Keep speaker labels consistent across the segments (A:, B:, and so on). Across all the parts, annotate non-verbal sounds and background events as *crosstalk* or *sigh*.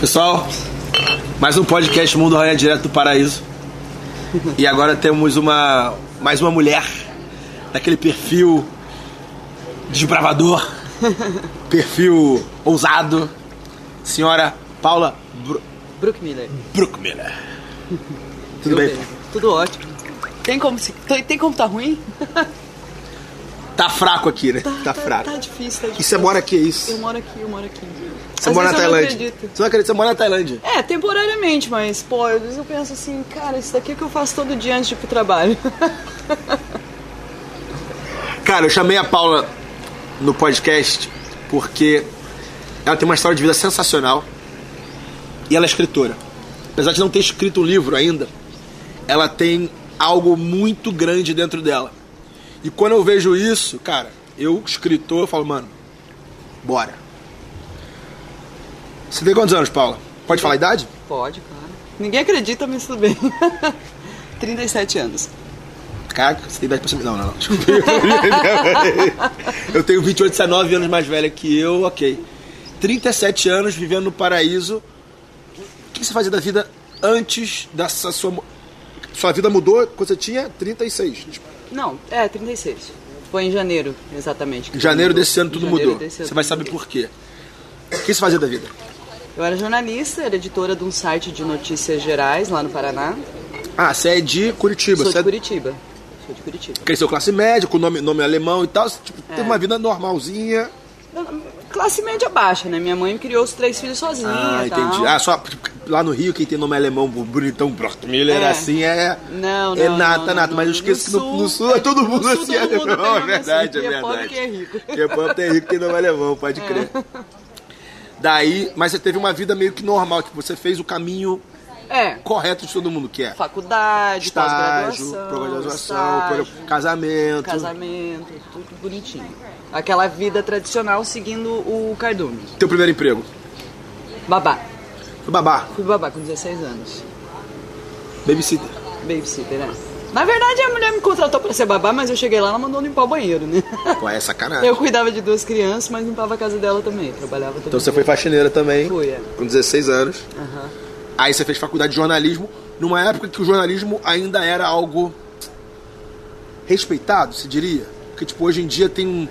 A: Pessoal, mais um podcast Mundo Raia direto do Paraíso. E agora temos uma mais uma mulher daquele perfil
B: *laughs*
A: desbravador, perfil ousado, senhora Paula Bru
B: Brook Miller.
A: Bruckmiller. Tudo bem?
B: Tudo ótimo. Tem como, se, tem, tem como tá ruim?
A: Tá fraco aqui, né? Tá, fraco.
B: Tá difícil, tá difícil.
A: E você mora aqui, é isso?
B: Eu moro aqui, eu moro aqui.
A: Você
B: Às
A: mora na
B: vezes eu não
A: Tailândia.
B: acredito.
A: Você não acredita, você mora na Tailândia.
B: É, temporariamente, mas, pô, às vezes eu penso assim, cara, isso daqui é o que eu faço todo dia antes de ir pro trabalho. *laughs*
A: Cara, eu chamei a Paula no podcast porque ela tem uma história de vida sensacional e ela é escritora. Apesar de não ter escrito um livro ainda, ela tem algo muito grande dentro dela. E quando eu vejo isso, cara, eu, escritor, eu falo, mano, bora. Você tem quantos anos, Paula? Pode falar a idade?
B: Pode, claro. Ninguém acredita, mas tudo bem. *laughs* 37 anos.
A: Caraca, você tem idade pra ser. Não, *laughs* não, não. Desculpa. eu tenho 28, 19 anos mais velha que eu, ok. 37 anos vivendo no paraíso. O que você fazia da vida antes dessa sua. mu- Sua vida mudou quando você tinha 36.
B: Não, é, 36. Foi em janeiro, exatamente. que
A: Em janeiro
B: tudo mudou.
A: desse ano tudo
B: Em janeiro
A: mudou.
B: desse ano
A: Você vai
B: tudo
A: saber
B: mudou.
A: por quê. O que você fazia da vida?
B: Eu era jornalista, era editora de um site de notícias gerais lá no Paraná.
A: Ah, você é de Curitiba.
B: Sou
A: Você
B: de
A: é...
B: Curitiba. Sou de Curitiba.
A: cresceu classe média, com nome, nome alemão e tal. Você, tipo, teve
B: É.
A: uma vida normalzinha.
B: Classe média baixa, né? Minha mãe criou os três filhos sozinha.
A: Ah,
B: e tal.
A: entendi. Ah, só lá no Rio, quem tem nome alemão bonitão, Brock Miller,
B: É.
A: assim, é.
B: Não, não.
A: É
B: não,
A: nata,
B: não,
A: nata,
B: não.
A: mas eu esqueço que no, no sul é todo
B: no
A: mundo
B: sul
A: assim, é
B: todo mundo tem
A: alemão. É
B: nome assim,
A: verdade,
B: quem
A: é
B: é pobre,
A: verdade.
B: quem é rico.
A: Quem é pobre tem rico, quem não é alemão, pode crer. Daí, mas você teve uma vida meio que normal, que você fez o caminho
B: É,
A: correto de todo mundo, que é
B: faculdade,
A: estágio,
B: pós-graduação,
A: pós-graduação,
B: estágio,
A: pro- casamento.
B: casamento, tudo bonitinho. Aquela vida tradicional seguindo o cardume.
A: Teu primeiro emprego.
B: Babá.
A: Foi babá,
B: Fui babá com 16 anos.
A: babysitter.
B: Babysitter, né? Na verdade, a mulher me contratou pra ser babá, mas eu cheguei lá, ela mandou limpar o banheiro, né? *laughs*
A: Pô, é sacanagem.
B: Eu cuidava de duas crianças, mas limpava a casa dela também. Trabalhava também.
A: Então você foi faxineira também,
B: Fui, é.
A: com 16 anos.
B: Aham.
A: Aí você fez faculdade de jornalismo, numa época que o jornalismo ainda era algo respeitado, se diria. Porque, tipo, hoje em dia tem um.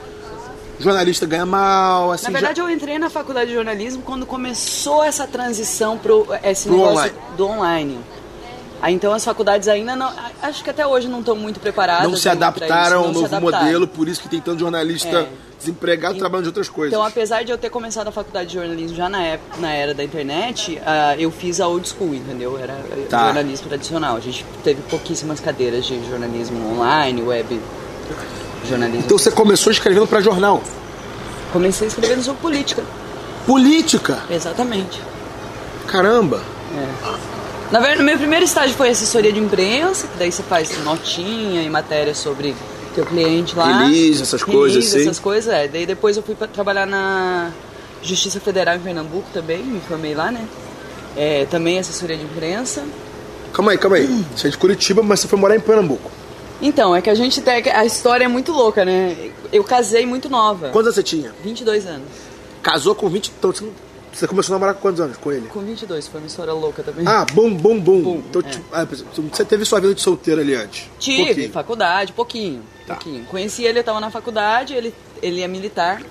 A: Jornalista ganha mal, assim.
B: Na
A: já-
B: verdade, eu entrei na faculdade de jornalismo quando começou essa transição pro é, esse
A: Pro
B: negócio
A: online.
B: do online. Ah, Então as faculdades ainda não, a- acho que até hoje não estão muito preparadas.
A: não se
B: ainda pra
A: adaptaram ao
B: isso, não
A: novo
B: se adaptaram.
A: modelo, por isso que tem tanto jornalista
B: É.
A: desempregado trabalhando de outras coisas.
B: Então, apesar de eu ter começado a faculdade de jornalismo já na, época, na era da internet, ah, eu fiz a old school, entendeu? Era eh,
A: Tá.
B: jornalismo tradicional. A gente teve pouquíssimas cadeiras de jornalismo online, web, jornalismo.
A: Então você começou escrevendo pra jornal.
B: Comecei escrevendo sobre política.
A: Política!
B: Exatamente.
A: Caramba!
B: Na verdade, meu primeiro estágio foi assessoria de imprensa, que daí você faz notinha e matéria sobre teu cliente lá.
A: Release, essas coisas,
B: Release,
A: assim.
B: essas coisas, é. Daí depois eu fui pra trabalhar na Justiça Federal em Pernambuco também, me formei lá, né? É, também assessoria de imprensa.
A: Calma aí, calma aí. Você é de Curitiba, mas você foi morar em Pernambuco.
B: Então, é que a gente tem... A história é muito louca, né? Eu casei muito nova.
A: Quantos anos você tinha?
B: 22 anos.
A: Casou com 20. Então você- você começou a namorar com quantos anos com ele?
B: Com 22, foi uma história louca também.
A: Ah, bom, bom, bom.
B: Bum,
A: então,
B: é.
A: tipo, ah, por exemplo, você teve sua vida de solteiro ali antes? Um
B: Tive,
A: Pouquinho.
B: faculdade, pouquinho,
A: Tá.
B: pouquinho. Conheci ele, eu tava na faculdade, ele, ele é militar,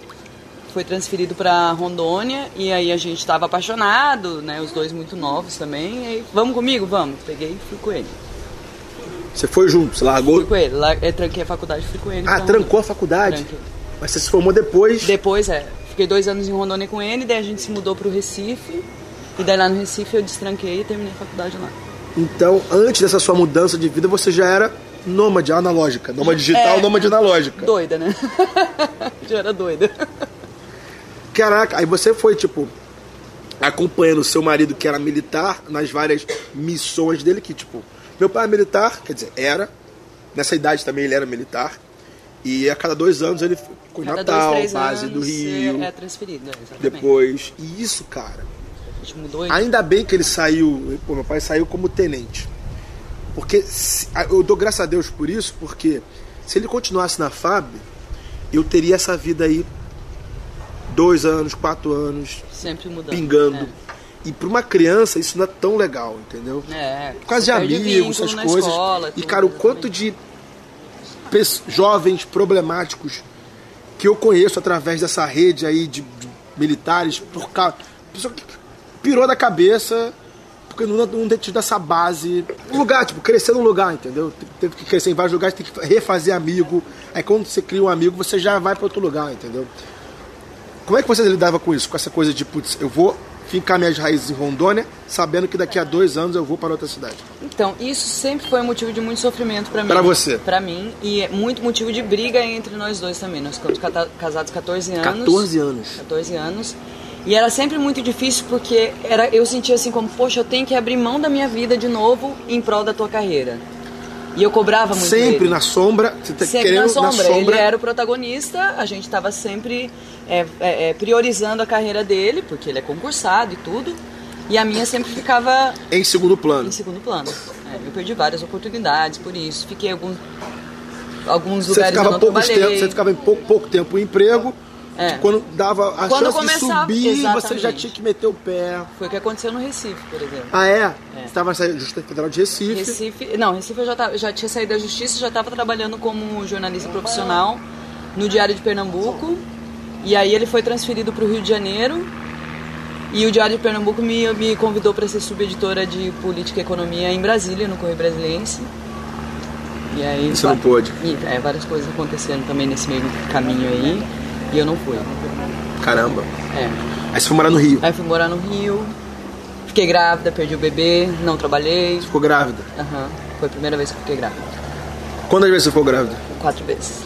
B: foi transferido pra Rondônia, e aí a gente tava apaixonado, né, os dois muito novos também, e aí, vamos comigo? Vamos. Peguei e fui com ele.
A: Você foi junto, você
B: Fui
A: largou.
B: com ele, lá, eu tranquei a faculdade, fui com ele.
A: Ah,
B: pra
A: trancou a
B: Rondônia.
A: faculdade?
B: Tranquei.
A: Mas você se formou depois.
B: Depois, é, fiquei dois anos em Rondônia com ele, daí a gente se mudou pro Recife, e daí lá no Recife eu destranquei e terminei a faculdade lá.
A: Então, antes dessa sua mudança de vida, você já era nômade analógica. Nômade digital,
B: É.
A: nômade analógica.
B: Doida, né? *laughs* Já era doida.
A: Caraca, aí você foi, tipo, acompanhando seu marido, que era militar, nas várias missões dele, que, tipo, meu pai é militar, quer dizer, era. Nessa idade também ele era militar. E a cada dois anos ele ficou em
B: Cada
A: Natal,
B: dois, três
A: base
B: anos
A: do Rio,
B: é transferido, é, exatamente.
A: depois. E isso, cara,
B: A gente mudou ele.
A: Ainda bem que ele saiu, pô, meu pai saiu como tenente. Porque se- a- eu dou graças a Deus por isso, porque se ele continuasse na FAB, eu teria essa vida aí dois anos, quatro anos,
B: sempre mudando.
A: pingando. E para uma criança isso não é tão legal, entendeu?
B: É. é
A: Por causa de
B: perde
A: amigos,
B: vínculo
A: essas
B: na
A: coisas.
B: escola,
A: e
B: tudo,
A: cara, o quanto
B: exatamente.
A: de pes- jovens problemáticos que eu conheço através dessa rede aí de, de militares, por causa. Pessoa que pirou da cabeça porque não, não ter tido essa base. Um lugar, tipo, crescer num lugar, entendeu? Te- Teve que crescer em vários lugares, tem que refazer amigo. Aí quando você cria um amigo, você já vai para outro lugar, entendeu? Como é que você lidava com isso? Com essa coisa de, putz, eu vou fincar minhas raízes em Rondônia, sabendo que daqui a dois anos eu vou para outra cidade.
B: Então, isso sempre foi um motivo de muito sofrimento pra mim.
A: Pra você.
B: Pra mim. E é muito motivo de briga entre nós dois também. Nós ficamos cata- casados 14 anos.
A: 14 anos.
B: 14 anos. E era sempre muito difícil porque era, eu sentia assim como, poxa, eu tenho que abrir mão da minha vida de novo em prol da tua carreira. E eu cobrava muito
A: Sempre
B: dele.
A: na sombra, você tá
B: Sempre
A: querendo
B: na sombra.
A: sombra.
B: Ele era o protagonista, a gente estava sempre é, é, é, priorizando a carreira dele, porque ele é concursado e tudo. E a minha sempre ficava
A: em segundo plano.
B: em segundo plano. É, eu perdi várias oportunidades por isso. Fiquei em algum, alguns
A: Você
B: lugares que eu
A: ficava,
B: não
A: poucos
B: trabalhei.
A: tempo, você ficava em pouco, pouco tempo em emprego.
B: É.
A: Quando dava a
B: Quando
A: chance
B: começava-
A: de subir, você já
B: exatamente.
A: tinha que meter o pé.
B: Foi o que aconteceu no Recife, por exemplo.
A: Ah, é? Você estava na Justiça Federal de Recife.
B: Recife, não, Recife eu já, tava- já tinha saído da justiça, já estava trabalhando como jornalista profissional no Diário de Pernambuco. E aí ele foi transferido para o Rio de Janeiro. E o Diário de Pernambuco me, me convidou para ser subeditora de política e economia em Brasília, no Correio Brasiliense. E aí.
A: Você não pôde.
B: E, é, várias coisas acontecendo também nesse meio caminho aí. E eu não fui.
A: Caramba.
B: É.
A: Aí você foi morar no Rio.
B: Aí fui morar no Rio. Fiquei grávida, perdi o bebê, não trabalhei.
A: Ficou grávida.
B: Aham. Foi a primeira vez que eu fiquei grávida.
A: Quantas vezes você ficou grávida?
B: Quatro vezes.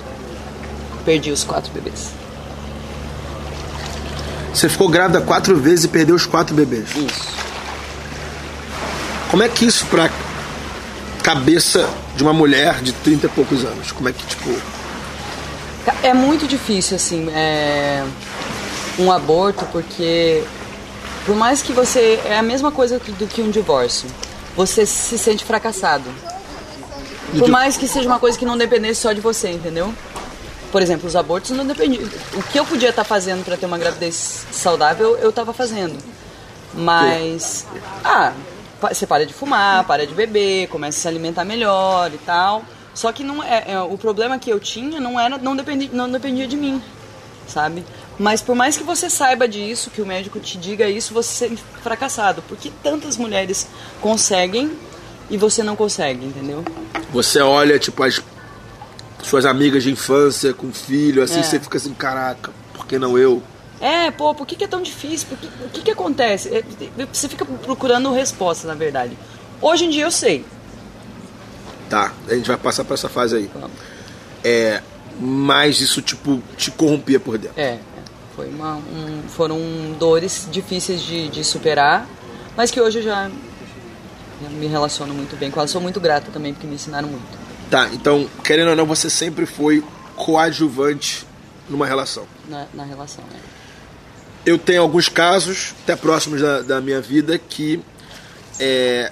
B: Perdi os quatro bebês.
A: Você ficou grávida quatro vezes e perdeu os quatro bebês.
B: Isso.
A: Como é que isso pra cabeça de uma mulher de 30 e poucos anos? Como é que, tipo.
B: Ca- É muito difícil, assim, é, um aborto, porque por mais que você. É a mesma coisa que- do que um divórcio. Você se sente fracassado. Por mais que seja uma coisa que não dependesse só de você, entendeu? Por exemplo, os abortos não dependiam. O que eu podia estar fazendo para ter uma gravidez saudável, eu estava fazendo. Mas. Ah, pa- você para de fumar, para de beber, começa a se alimentar melhor e tal. Só que não é, é, o problema que eu tinha não era não dependia, não dependia de mim, sabe? Mas por mais que você saiba disso, que o médico te diga isso, você é fracassado. Porque tantas mulheres conseguem e você não consegue, entendeu?
A: Você olha, tipo, as suas amigas de infância com filho, assim,
B: É.
A: você fica assim, caraca, por que não eu?
B: É, pô, por que, que é tão difícil? Por que, o que, que acontece? É, Você fica procurando resposta, na verdade. Hoje em dia eu sei.
A: Tá, a gente vai passar pra essa fase aí.
B: Vamos.
A: É, mas isso, tipo, te corrompia por dentro.
B: É, foi uma, um- foram dores difíceis de, de superar, mas que hoje eu já, já me relaciono muito bem com ela. Sou muito grata também, porque me ensinaram muito.
A: Tá, então, querendo ou não, você sempre foi coadjuvante numa relação.
B: Na, na relação, né?
A: Eu tenho alguns casos, até próximos da, da minha vida, que é,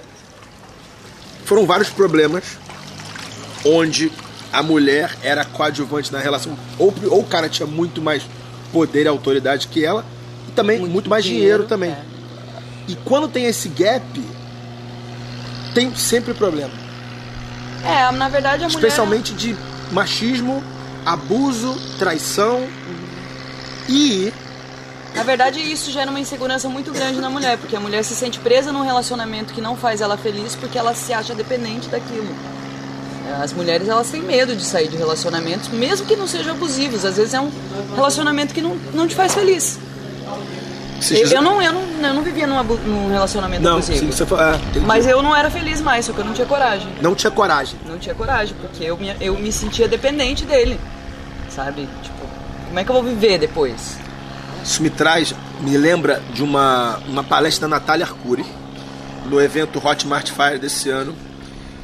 A: foram vários problemas onde a mulher era coadjuvante na relação. Ou, ou o cara tinha muito mais poder e autoridade que ela, e também muito, mais dinheiro, também.
B: é.
A: E quando tem esse gap, tem sempre problema.
B: É, na verdade a mulher...
A: Especialmente de machismo, abuso, traição e
B: Na verdade isso gera uma insegurança muito grande na mulher, porque a mulher se sente presa num relacionamento que não faz ela feliz porque ela se acha dependente daquilo. É, As mulheres elas têm medo de sair de relacionamentos, mesmo que não sejam abusivos. Às vezes é um relacionamento que não, não te faz feliz.
A: Vocês
B: Eu,
A: dizem-
B: eu não, eu, não, eu não vivia num, abu- num relacionamento
A: Não, sim,
B: abusivo.
A: você fala. é, entendi.
B: Mas eu não era feliz mais, só que eu não tinha coragem.
A: Não tinha coragem.
B: Não tinha coragem, porque eu me, eu me sentia dependente dele. Sabe? Tipo, como é que eu vou viver depois?
A: Isso me traz me lembra de uma, uma palestra da Natália Arcuri no evento Hotmart Fire desse ano.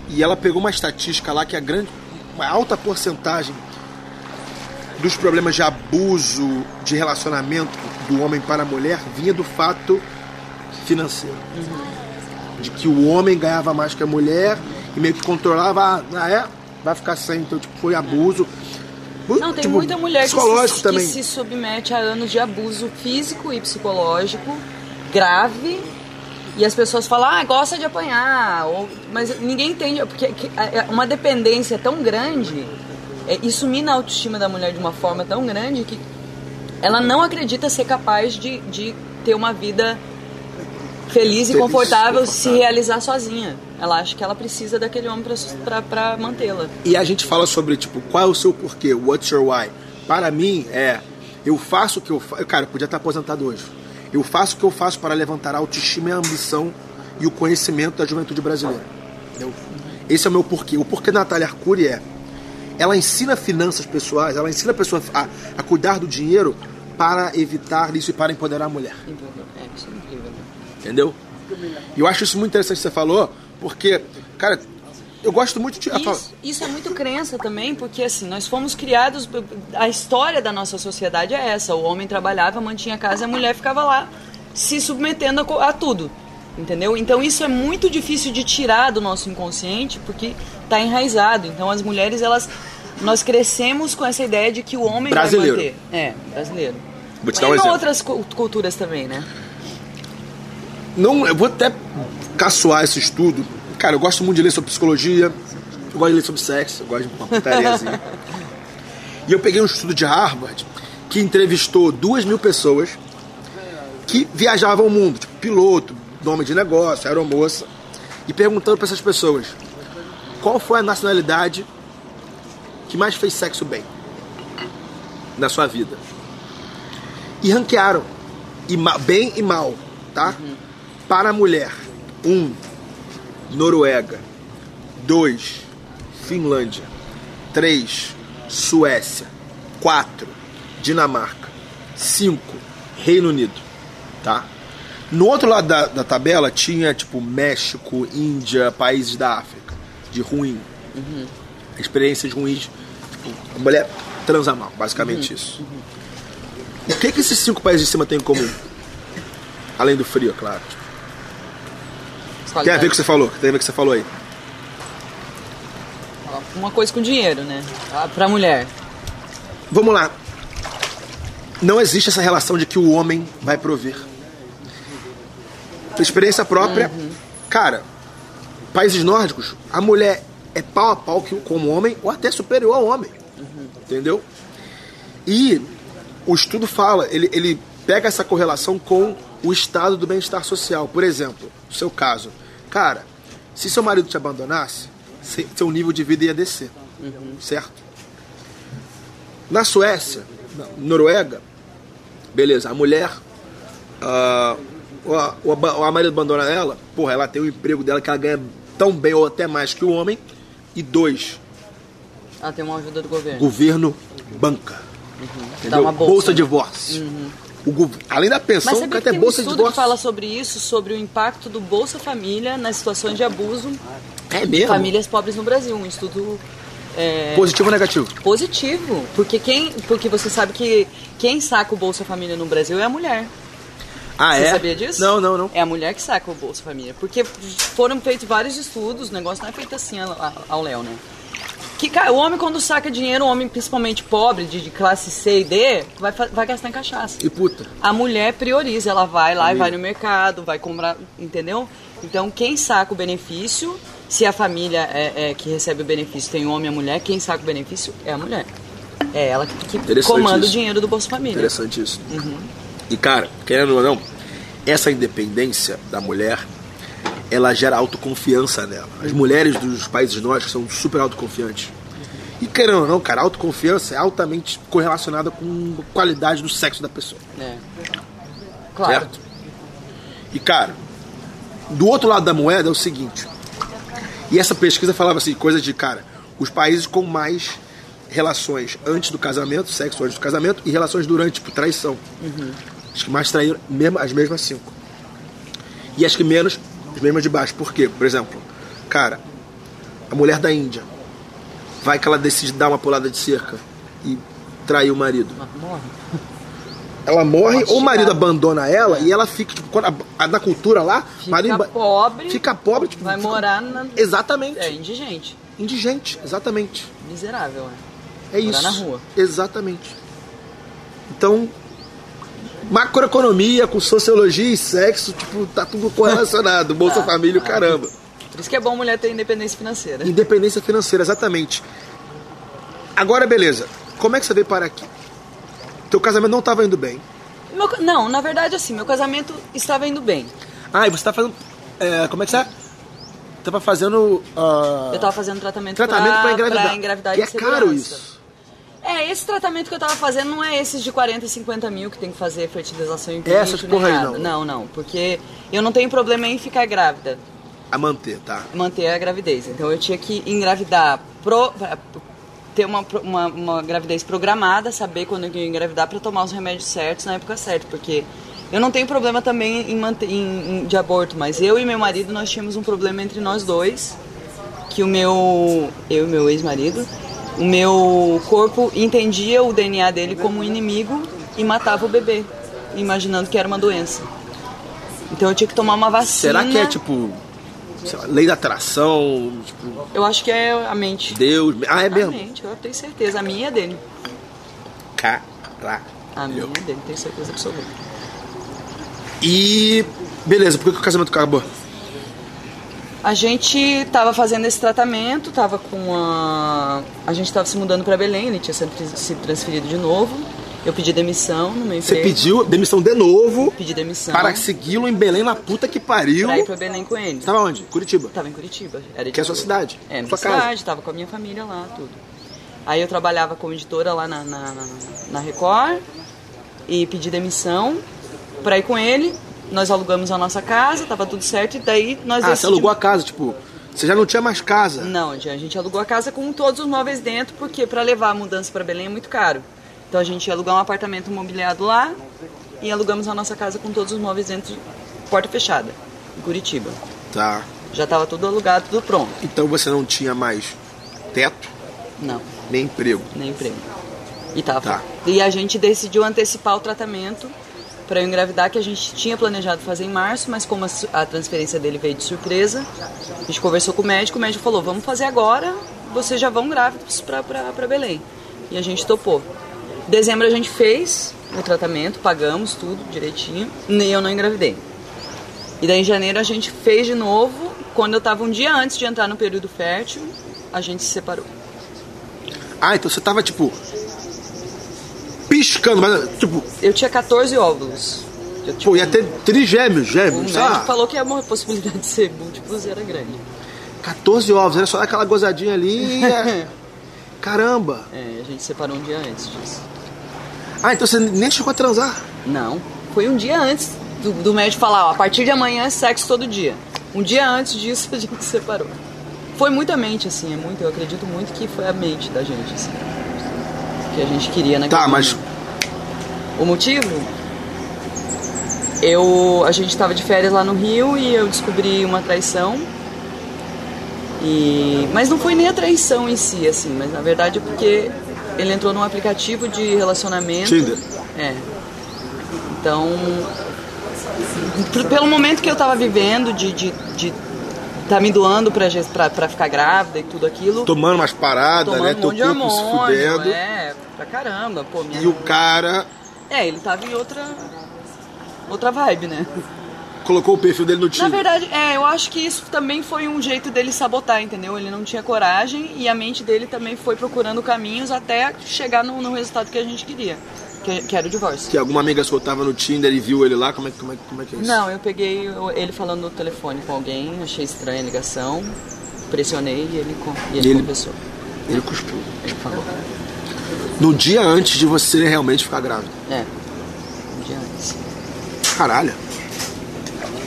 A: E ela pegou uma estatística lá que a grande, uma alta porcentagem dos problemas de abuso de relacionamento do homem para a mulher vinha do fato financeiro. De que o homem ganhava mais que a mulher e meio que controlava, ah, é, vai ficar sem, então tipo, foi abuso.
B: Não, tem
A: Tipo,
B: muita mulher que
A: psicológico
B: se, que
A: também.
B: se submete a anos de abuso físico e psicológico grave. E as pessoas falam, ah, gosta de apanhar. ou- mas ninguém entende, porque que- a- a- uma dependência tão grande, é, isso mina a autoestima da mulher de uma forma tão grande que ela não acredita ser capaz de, de ter uma vida feliz e
A: Feliz,
B: confortável se
A: confortável.
B: realizar sozinha. Ela acha que ela precisa daquele homem pra sus- pra pra mantê-la.
A: E a gente fala sobre, tipo, qual é o seu porquê, what's your why. Para mim, é, eu faço o que eu faço. Cara, eu podia estar aposentado hoje. Eu faço o que eu faço para levantar a autoestima e a ambição e o conhecimento da juventude brasileira. Entendeu? Esse é o meu porquê. O porquê da Natália Arcuri é, ela ensina finanças pessoais, ela ensina a pessoa a, a cuidar do dinheiro para evitar isso e para empoderar a mulher.
B: É, isso é incrível. né?
A: Entendeu? E eu acho isso muito interessante que você falou, porque, cara, eu gosto muito de.
B: Isso, isso é muito crença também, porque assim, nós fomos criados. A história da nossa sociedade é essa: o homem trabalhava, mantinha a casa e a mulher ficava lá se submetendo a, co- a tudo. Entendeu? Então isso é muito difícil de tirar do nosso inconsciente, porque está enraizado. Então as mulheres, elas. Nós crescemos com essa ideia de que o homem
A: Brasileiro.
B: vai manter. É, brasileiro.
A: Vou te
B: Mas
A: dar um
B: em
A: exemplo.
B: outras cu- culturas também, né?
A: Não, eu vou até caçoar esse estudo. Cara, eu gosto muito de ler sobre psicologia, eu gosto de ler sobre sexo, eu gosto de uma putariazinha. e eu peguei um estudo de Harvard que entrevistou duas mil pessoas que viajavam o mundo, tipo piloto, nome de negócio, aeromoça, e perguntando para essas pessoas qual foi a nacionalidade que mais fez sexo bem na sua vida. E ranquearam e ma- bem e mal, tá? Para a mulher, um, Noruega, dois, Finlândia, três, Suécia, quatro, Dinamarca, cinco, Reino Unido, tá? No outro lado da, da tabela tinha tipo México, Índia, países da África, de ruim, experiências ruins. Tipo, a mulher transa mal, basicamente isso. O que, que esses cinco países de cima têm em comum? Além do frio, é claro. Tem a ver com o que você falou, tem a ver com o que você falou aí.
B: Uma coisa com dinheiro, né? Ah, Pra mulher.
A: Vamos lá. Não existe essa relação de que o homem vai prover. Então, Experiência própria, cara, países nórdicos, a mulher é pau a pau que- com o homem ou até superior ao homem. Entendeu? E o estudo fala, ele, ele pega essa correlação com o estado do bem-estar social. Por exemplo, no seu caso, cara, se seu marido te abandonasse, se- seu nível de vida ia descer. Certo? Na Suécia, na Noruega, beleza, a mulher, ah, o, a- o, aba- o marido abandona ela, porra, ela tem o emprego dela que ela ganha tão bem ou até mais que o homem. E dois,
B: Ela tem uma ajuda do governo.
A: governo banca. Entendeu?
B: Uhum. Dá uma bolsa. né? Uhum.
A: de divórcio. O gov- Além da pensão,
B: Mas
A: o
B: sabia
A: cara
B: que
A: tem
B: tem um
A: bolsa de
B: estudo que
A: divórcio.
B: fala sobre isso, sobre o impacto do Bolsa Família nas situações de abuso
A: É mesmo?
B: famílias pobres no Brasil. Um estudo é,
A: Positivo ou negativo?
B: positivo, porque quem, porque você sabe que quem saca o Bolsa Família no Brasil é a mulher.
A: Ah,
B: Você
A: é?
B: sabia disso?
A: Não, não, não.
B: É a mulher que saca o Bolsa Família. Porque foram feitos vários estudos, o negócio não é feito assim ao- ao Léo, né? Que, cara, o homem quando saca dinheiro, o homem principalmente pobre, de, de classe C e D, vai, fa- vai gastar em cachaça.
A: E puta.
B: A mulher prioriza, ela vai lá e vai no mercado, vai comprar, entendeu? Então, quem saca o benefício, se a família é, é que recebe o benefício tem homem e mulher, quem saca o benefício é a mulher. É ela que, que
A: Interessante
B: comanda
A: isso.
B: o dinheiro do Bolsa Família.
A: Interessante isso. E cara, querendo ou não, essa independência da mulher, ela gera autoconfiança nela. As mulheres dos países nórdicos são super autoconfiantes. E querendo ou não, cara, autoconfiança é altamente correlacionada com a qualidade do sexo da pessoa.
B: É. Claro. tipo,
A: Certo? E, cara, do outro lado da moeda é o seguinte. E essa pesquisa falava assim, coisa de, cara, os países com mais relações antes do casamento, sexo antes do casamento, e relações durante, tipo, traição. As que mais traíram, mesmo, as mesmas cinco. E as que menos, as mesmas de baixo. Por quê? Por exemplo, cara, a mulher da Índia. Vai que ela decide dar uma pulada de cerca e trair o marido.
B: Morre.
A: Ela morre
B: Pode
A: ou o marido
B: chegar.
A: abandona ela e ela fica, tipo, quando a- a- na cultura lá,
B: Fica
A: marido ba-
B: pobre,
A: fica pobre, tipo,
B: vai
A: fica-
B: morar na...
A: Exatamente.
B: É indigente,
A: Indigente, exatamente.
B: miserável, né?
A: É
B: Morar
A: isso.
B: na rua.
A: Exatamente. Então, macroeconomia com sociologia e sexo, tipo, tá tudo
B: *laughs*
A: correlacionado. Bolsa
B: Tá,
A: Família,
B: tá.
A: caramba.
B: Por isso que é bom mulher ter independência financeira.
A: Independência financeira, exatamente. Agora, beleza. Como é que você veio parar aqui? Teu casamento não tava indo bem.
B: Meu ca- não, na verdade, assim, meu casamento estava indo bem.
A: Ah, e você tá fazendo. é, como é que você. Tava fazendo. ah,
B: Eu tava fazendo tratamento,
A: tratamento pra, engravidar.
B: engravidar
A: e
B: de
A: é caro
B: segurança.
A: isso.
B: É, esse tratamento que eu tava fazendo não é esses de 40 e 50 mil que tem que fazer fertilização in vitro.
A: Essas
B: nem
A: É porra aí,
B: nada.
A: não.
B: Não, não, porque eu não tenho problema em ficar grávida,
A: A manter, tá?
B: manter a gravidez. Então eu tinha que engravidar, pro, pra- ter uma, pro- uma, uma gravidez programada, saber quando eu ia engravidar pra tomar os remédios certos na época certa, porque eu não tenho problema também em manter em- em- de aborto, mas eu e meu marido nós tínhamos um problema entre nós dois que o meu eu e meu ex-marido, o meu corpo entendia o DNA dele como um inimigo e matava o bebê, imaginando que era uma doença. Então eu tinha que tomar uma vacina.
A: Será que é tipo. sei lá, lei da atração? Tipo,
B: Eu acho que é a mente.
A: Deus. Ah, é
B: a
A: mesmo?
B: mente, eu tenho certeza. A minha é dele.
A: Caraca.
B: A minha é dele, tenho certeza absoluta.
A: E. Beleza, por que que o casamento acabou?
B: A gente tava fazendo esse tratamento, tava com a. A gente tava se mudando pra Belém, ele tinha sido sido transferido de novo. Eu pedi demissão no meu
A: Você
B: emprego.
A: pediu demissão de novo
B: Pedi demissão
A: para segui-lo em Belém na puta que pariu.
B: pra ir pra Belém com ele.
A: Você tava onde? Curitiba.
B: Tava em Curitiba. Era de
A: Que é a sua
B: Curitiba.
A: cidade,
B: É, minha
A: sua casa.
B: cidade, tava com a minha família lá, tudo. Aí eu trabalhava como editora lá na, na, na Record e pedi demissão pra ir com ele. Nós alugamos a nossa casa, tava tudo certo, e daí nós
A: Ah, você
B: decidimos-
A: alugou a casa, tipo. Você já não tinha mais casa.
B: Não, a gente alugou a casa com todos os móveis dentro, porque pra levar a mudança pra Belém é muito caro. Então a gente ia alugar um apartamento mobiliado lá e alugamos a nossa casa com todos os móveis dentro, porta fechada, em Curitiba.
A: Tá.
B: Já tava tudo alugado, tudo pronto.
A: Então você não tinha mais teto
B: Não.
A: nem emprego.
B: nem emprego. E tava.
A: Tá.
B: E a gente decidiu antecipar o tratamento para eu engravidar, que a gente tinha planejado fazer em março, mas como a, su- a transferência dele veio de surpresa, a gente conversou com o médico, o médico falou, vamos fazer agora, vocês já vão grávidos para Belém. E a gente topou. Dezembro a gente fez o tratamento, pagamos tudo direitinho, e eu não engravidei. E daí em janeiro a gente fez de novo, quando eu tava um dia antes de entrar no período fértil, a gente se separou.
A: Ah, então você tava tipo. Piscando, mas tipo,
B: Eu tinha 14 óvulos. Eu, tipo,
A: pô, ia ter um, tá? trigêmeos,
B: O
A: gêmeos,
B: Um médico
A: sei lá.
B: falou que a possibilidade de ser múltiplos era grande.
A: 14 ovos, era só dar aquela gozadinha ali.
B: *laughs*
A: e é- Caramba!
B: É, a gente separou um dia antes disso.
A: Ah, então você nem chegou a transar.
B: Não, foi um dia antes do, do médico falar, ó, a partir de amanhã é sexo todo dia. Um dia antes disso *laughs* a gente se separou. Foi muita mente, assim, é muito, eu acredito muito que foi a mente da gente, assim. Que a gente queria naquele
A: Tá, mas-
B: momento. O motivo? Eu. A gente tava de férias lá no Rio e eu descobri uma traição. E... Mas não foi nem a traição em si, assim, mas na verdade é porque ele entrou num aplicativo de relacionamento.
A: Tinder.
B: É. Então, p- pelo momento que eu tava vivendo, de, de, de tá me doando pra, ges- pra, pra ficar grávida e tudo aquilo,
A: Tomando umas paradas,
B: tomando
A: né?
B: um
A: Teu
B: monte de
A: corpo se fudendo.
B: hormônio, é, pra caramba, pô, minha...
A: E o cara
B: É, ele tava em outra, outra vibe, né?
A: colocou o perfil dele no
B: Na
A: Tinder.
B: verdade, é, eu acho que isso também foi um jeito dele sabotar, entendeu? Ele não tinha coragem e a mente dele também foi procurando caminhos até chegar no, no resultado que a gente queria, que- que era o divórcio.
A: Que alguma amiga sua tava no Tinder e viu ele lá, como é, que- como é, que- como é que é isso?
B: Não, eu peguei o- ele falando no telefone com alguém, achei estranha a ligação, pressionei e ele, con- e ele,
A: E ele-
B: confessou.
A: Ele cuspiu.
B: Ele falou.
A: No dia antes de você realmente ficar grávida.
B: É. um dia antes.
A: Caralho.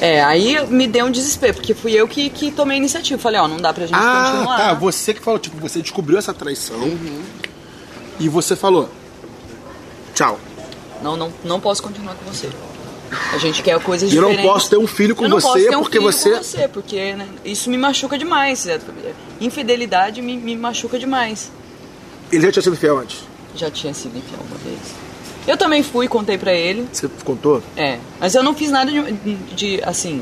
B: É, aí me deu um desespero, porque fui eu que, que tomei a iniciativa. Falei, ó, não dá pra gente
A: Ah,
B: continuar.
A: tá. Você que falou, tipo, você descobriu essa traição e você falou. Tchau.
B: Não, não, não posso continuar com você. A gente quer coisas
A: Eu
B: diferentes.
A: não posso ter um filho com
B: Eu não posso
A: você
B: ter um
A: porque
B: filho
A: você.
B: com você, porque né, isso me machuca demais. né? Infidelidade me, me machuca demais.
A: Ele já tinha sido fiel antes.
B: Já tinha sido infiel uma vez. Eu também fui, contei pra ele.
A: Você contou?
B: É, mas eu não fiz nada de, de, assim,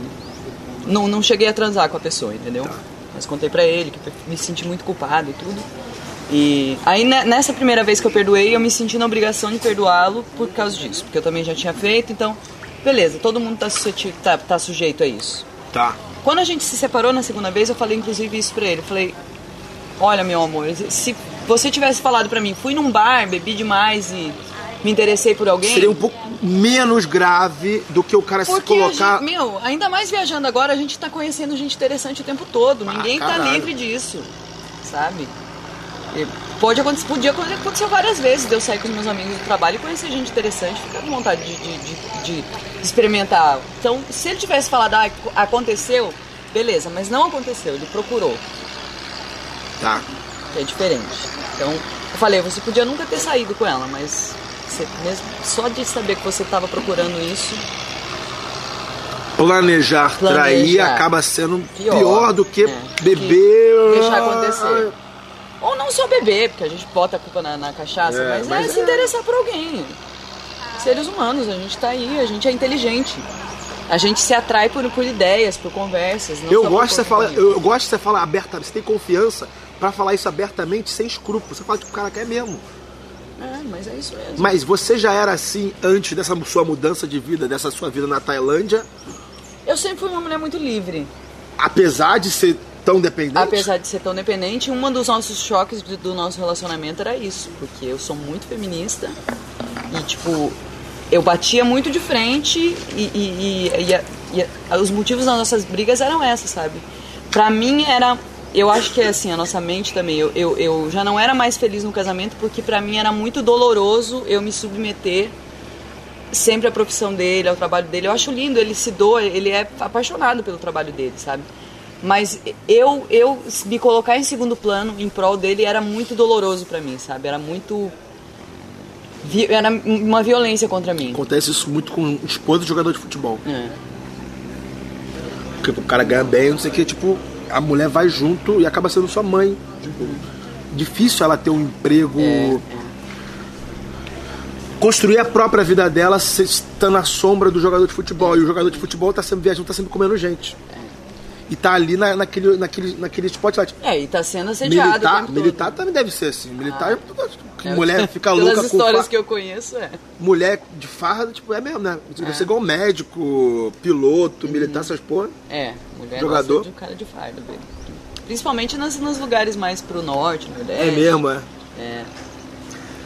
B: não, não cheguei a transar com a pessoa, entendeu?
A: Tá.
B: Mas contei pra ele que me senti muito culpado e tudo. E aí ne- nessa primeira vez que eu perdoei, eu me senti na obrigação de perdoá-lo por causa disso, porque eu também já tinha feito, então, beleza, todo mundo tá, suscetível, tá, tá sujeito a isso.
A: Tá.
B: Quando a gente se separou na segunda vez, eu falei inclusive isso pra ele. Eu falei: Olha, meu amor, se você tivesse falado pra mim, fui num bar, bebi demais e me interessei por alguém.
A: Seria um pouco menos grave do que o cara se
B: Porque, a
A: colocar.
B: gente- meu, ainda mais viajando agora, a gente tá conhecendo gente interessante o tempo todo. Ninguém tá
A: caralho.
B: livre disso, sabe? E Pode acontecer, podia acontecer, aconteceu várias vezes de eu sair com os meus amigos do trabalho e conhecer gente interessante, ficar com vontade de, de- de- de experimentar. Então, se ele tivesse falado, ah, aconteceu, beleza, mas não aconteceu, ele procurou,
A: Tá.
B: que é diferente. Então, eu falei, você podia nunca ter saído com ela, mas você mesmo, só de saber que você tava procurando isso,
A: Planejar,
B: Planejar.
A: trair acaba sendo
B: Pior.
A: pior, do que
B: É.
A: beber.
B: deixar acontecer. Ah, Ou não só beber, porque a gente bota a culpa na, na cachaça,
A: É,
B: mas,
A: mas
B: é se
A: é.
B: interessar por alguém. Seres humanos, a gente tá aí, a gente é inteligente. A gente se atrai por, por ideias, por conversas. não
A: Eu
B: só
A: gosto, de
B: por
A: você falar,
B: companhia.
A: eu gosto de você falar abertamente, você tem confiança pra falar isso abertamente, sem escrúpulo. Você fala que o cara quer mesmo.
B: É, mas é isso mesmo.
A: Mas você já era assim antes dessa sua mudança de vida, dessa sua vida na Tailândia,
B: Eu sempre fui uma mulher muito livre.
A: apesar de ser tão dependente?
B: Apesar de ser tão dependente, um dos nossos choques do, do nosso relacionamento era isso, porque eu sou muito feminista e, tipo, eu batia muito de frente e, e- e- e a- e a- os motivos das nossas brigas eram essas, sabe? Pra mim era. Eu acho que é assim, a nossa mente também. Eu, eu, eu já não era mais feliz no casamento porque pra mim era muito doloroso eu me submeter sempre a profissão dele, ao trabalho dele. Eu acho lindo, ele se doa, ele é apaixonado pelo trabalho dele, sabe? Mas eu, eu me colocar em segundo plano em prol dele era muito doloroso pra mim, sabe? Era muito. vi- Era uma violência contra mim.
A: Acontece isso muito com esposa de jogador de futebol.
B: É.
A: Porque o cara ganha bem, não sei o que, tipo, a mulher vai junto e acaba sendo sua mãe. Tipo, difícil ela ter um emprego. Construir a própria vida dela se- estando na sombra do jogador de futebol. E o jogador de futebol tá sempre viajando, tá sempre comendo gente. E tá ali na- naquele, naquele, naquele spotlight.
B: É, e tá sendo assediado. o
A: Militar,
B: tempo
A: militar
B: todo.
A: também deve ser assim. Militar,
B: É, *laughs*
A: mulher fica
B: pelas
A: louca com
B: histórias
A: fa-
B: que eu conheço, é.
A: mulher de farda, tipo, é mesmo, né? Deve ser igual médico, piloto, militar, essas porra.
B: É, mulher
A: Jogador.
B: gosta de cara de farda, velho. Principalmente nas, nos lugares mais pro norte,
A: É,
B: nordeste.
A: mesmo, é.
B: É.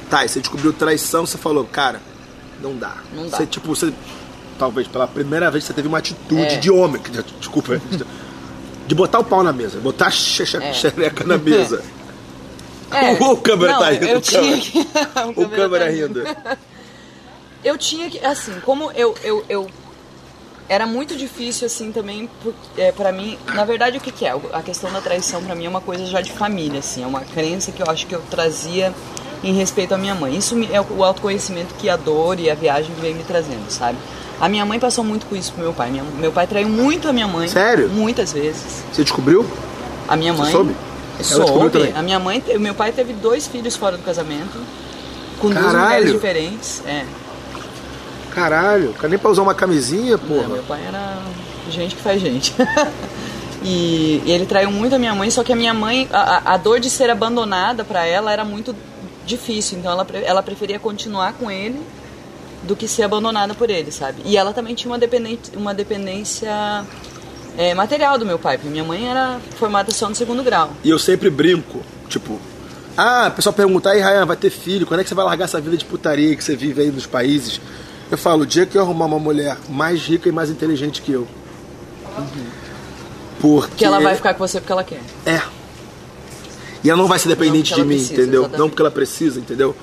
A: Tá, e você descobriu traição, você falou, cara, não dá.
B: Não dá.
A: Você, tipo, você. Talvez pela primeira vez você teve uma atitude
B: É.
A: de homem, que- desculpa, *laughs* de botar o pau na mesa, botar a xe- xe-
B: É.
A: xereca
B: *laughs*
A: na mesa.
B: É.
A: *laughs* O câmera
B: Não,
A: tá rindo,
B: Eu
A: o câmera.
B: tinha que... *laughs*
A: O
B: tá
A: câmera rindo.
B: eu tinha que assim como eu eu, eu era muito difícil assim também por- é, para mim na verdade o que, que é a questão da traição pra mim é uma coisa já de família assim é uma crença que eu acho que eu trazia em respeito à minha mãe isso me- é o autoconhecimento que a dor e a viagem vem me trazendo sabe a minha mãe passou muito com isso pro meu pai Minha- meu pai traiu muito a minha mãe
A: Sério?
B: muitas vezes
A: Você descobriu?
B: a minha
A: Você
B: mãe
A: soube?
B: Eu
A: Ela descobriu
B: soube.
A: também?
B: A minha mãe, te- meu pai teve dois filhos fora do casamento com duas
A: Caralho.
B: mulheres diferentes, é.
A: Caralho, cara, nem pra usar uma camisinha,
B: Não,
A: porra.
B: meu pai era gente que faz gente. *laughs* e, e ele traiu muito a minha mãe, só que a minha mãe, a, a- a dor de ser abandonada pra ela era muito difícil, então ela, pre- ela preferia continuar com ele do que ser abandonada por ele, sabe? E ela também tinha uma, dependente, uma dependência é, material do meu pai, porque minha mãe era formada só no segundo grau.
A: E eu sempre brinco, tipo. Ah, o pessoal pergunta, aí Rayan, vai ter filho, quando é que você vai largar essa vida de putaria que você vive aí nos países? Eu falo, o dia que eu arrumar uma mulher mais rica e mais inteligente que eu. Porque.
B: Uhum. Que ela vai ficar com você porque ela quer.
A: É. E ela não vai ser dependente
B: Não porque
A: de
B: ela
A: mim,
B: precisa,
A: entendeu?
B: exatamente.
A: Não porque ela precisa, entendeu?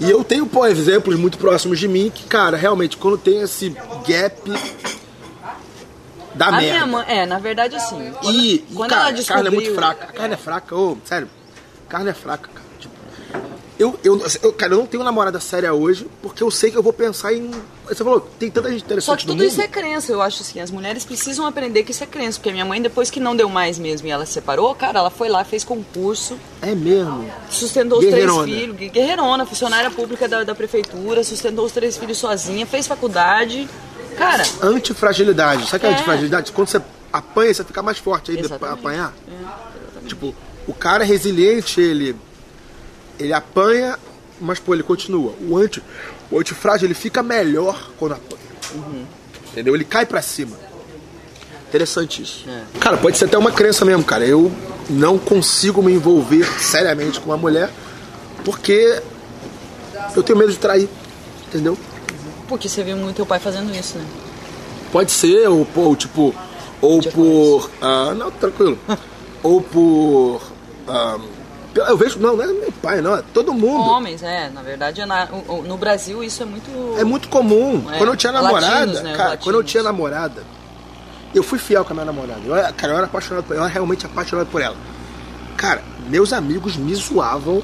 A: E eu tenho, pô, exemplos muito próximos de mim que, cara, realmente, quando tem esse gap. Da
B: A
A: merda.
B: minha mãe, é, na verdade assim. Quando,
A: E,
B: quando
A: cara,
B: ela
A: a carne é muito
B: descobriu-
A: fraca. A carne é fraca, ô, sério. A carne é fraca, cara. Tipo, Eu, eu, eu- cara, eu não tenho namorada séria hoje porque eu sei que eu vou pensar em. Você falou, tem tanta gente
B: Só
A: interessante
B: que
A: no
B: tudo isso
A: mundo.
B: é crença, eu acho assim. As mulheres precisam aprender que isso é crença. Porque a minha mãe, depois que não deu mais mesmo e ela se separou, cara, ela foi lá, fez concurso,
A: É mesmo.
B: sustentou os
A: Guerreirona.
B: três filhos. gue- Guerreirona, funcionária pública da, da prefeitura, sustentou os três filhos sozinha, fez faculdade. Cara,
A: Antifragilidade. Sabe o que é,
B: É.
A: antifragilidade? Quando você apanha, você fica mais forte aí de
B: Exatamente.
A: apanhar. Tipo, o cara é resiliente, ele. Ele apanha, mas pô, ele continua. O, anti, o antifrágil, ele fica melhor quando apanha. Entendeu? Ele cai pra cima. Interessante isso. Cara, pode ser até uma crença mesmo, cara. Eu não consigo me envolver seriamente com uma mulher porque eu tenho medo de trair. Entendeu?
B: porque você viu muito teu pai fazendo isso, né?
A: Pode ser, ou por, tipo, ou por. ah, não,
B: *laughs*
A: tranquilo. ou por. ah, eu vejo. Não, não é meu pai, não. É todo mundo.
B: Homens, é. Na verdade, é na- o- o- no Brasil isso é muito.
A: É muito comum.
B: É,
A: Quando eu tinha
B: latinos,
A: namorada,
B: né,
A: cara,
B: latinos.
A: quando eu tinha namorada, eu fui fiel com a minha namorada. Eu, era- cara, eu era apaixonado por ela, eu era realmente apaixonado por ela. Cara, meus amigos me zoavam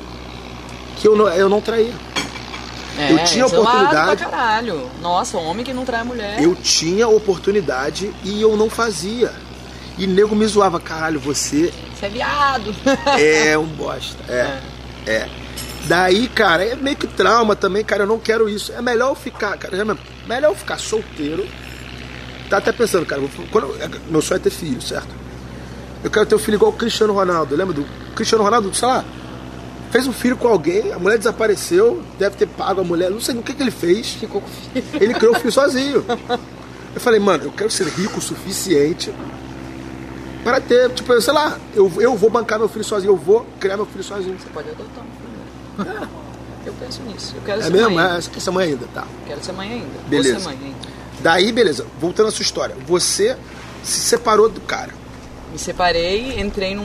A: que eu não, eu não traía.
B: É,
A: eu tinha
B: isolado
A: oportunidade-
B: Pra caralho. Nossa, homem que não trai mulher.
A: Eu tinha oportunidade e eu não fazia. E nego me zoava, caralho,
B: *laughs*
A: você
B: Você é viado.
A: É um bosta. É. É. Daí, cara, é meio que trauma também, cara. Eu não quero isso. É melhor eu ficar, cara. é mesmo, Melhor eu ficar solteiro. Tá até pensando, cara. vou- Quando, eu- meu sonho é ter filho, certo? Eu quero ter um filho igual o Cristiano Ronaldo. Lembra do Cristiano Ronaldo? Sei lá. Fez um filho com alguém, a mulher desapareceu, deve ter pago a mulher, não sei o que, que ele fez.
B: Ficou com filho.
A: Ele criou o filho sozinho. Eu falei, mano, eu quero ser rico o suficiente para ter, tipo, eu sei lá, eu, eu vou bancar meu filho sozinho, eu vou criar meu filho sozinho.
B: Você *laughs* pode adotar um filho.
A: *laughs*
B: Eu penso nisso. Eu quero
A: É
B: ser
A: mesmo?
B: mãe.
A: É, você quer ser mãe ainda, tá.
B: Quero ser mãe ainda.
A: Beleza.
B: Vou ser mãe ainda.
A: Daí, beleza, voltando à sua história. Você se separou do cara.
B: Me separei, entrei num,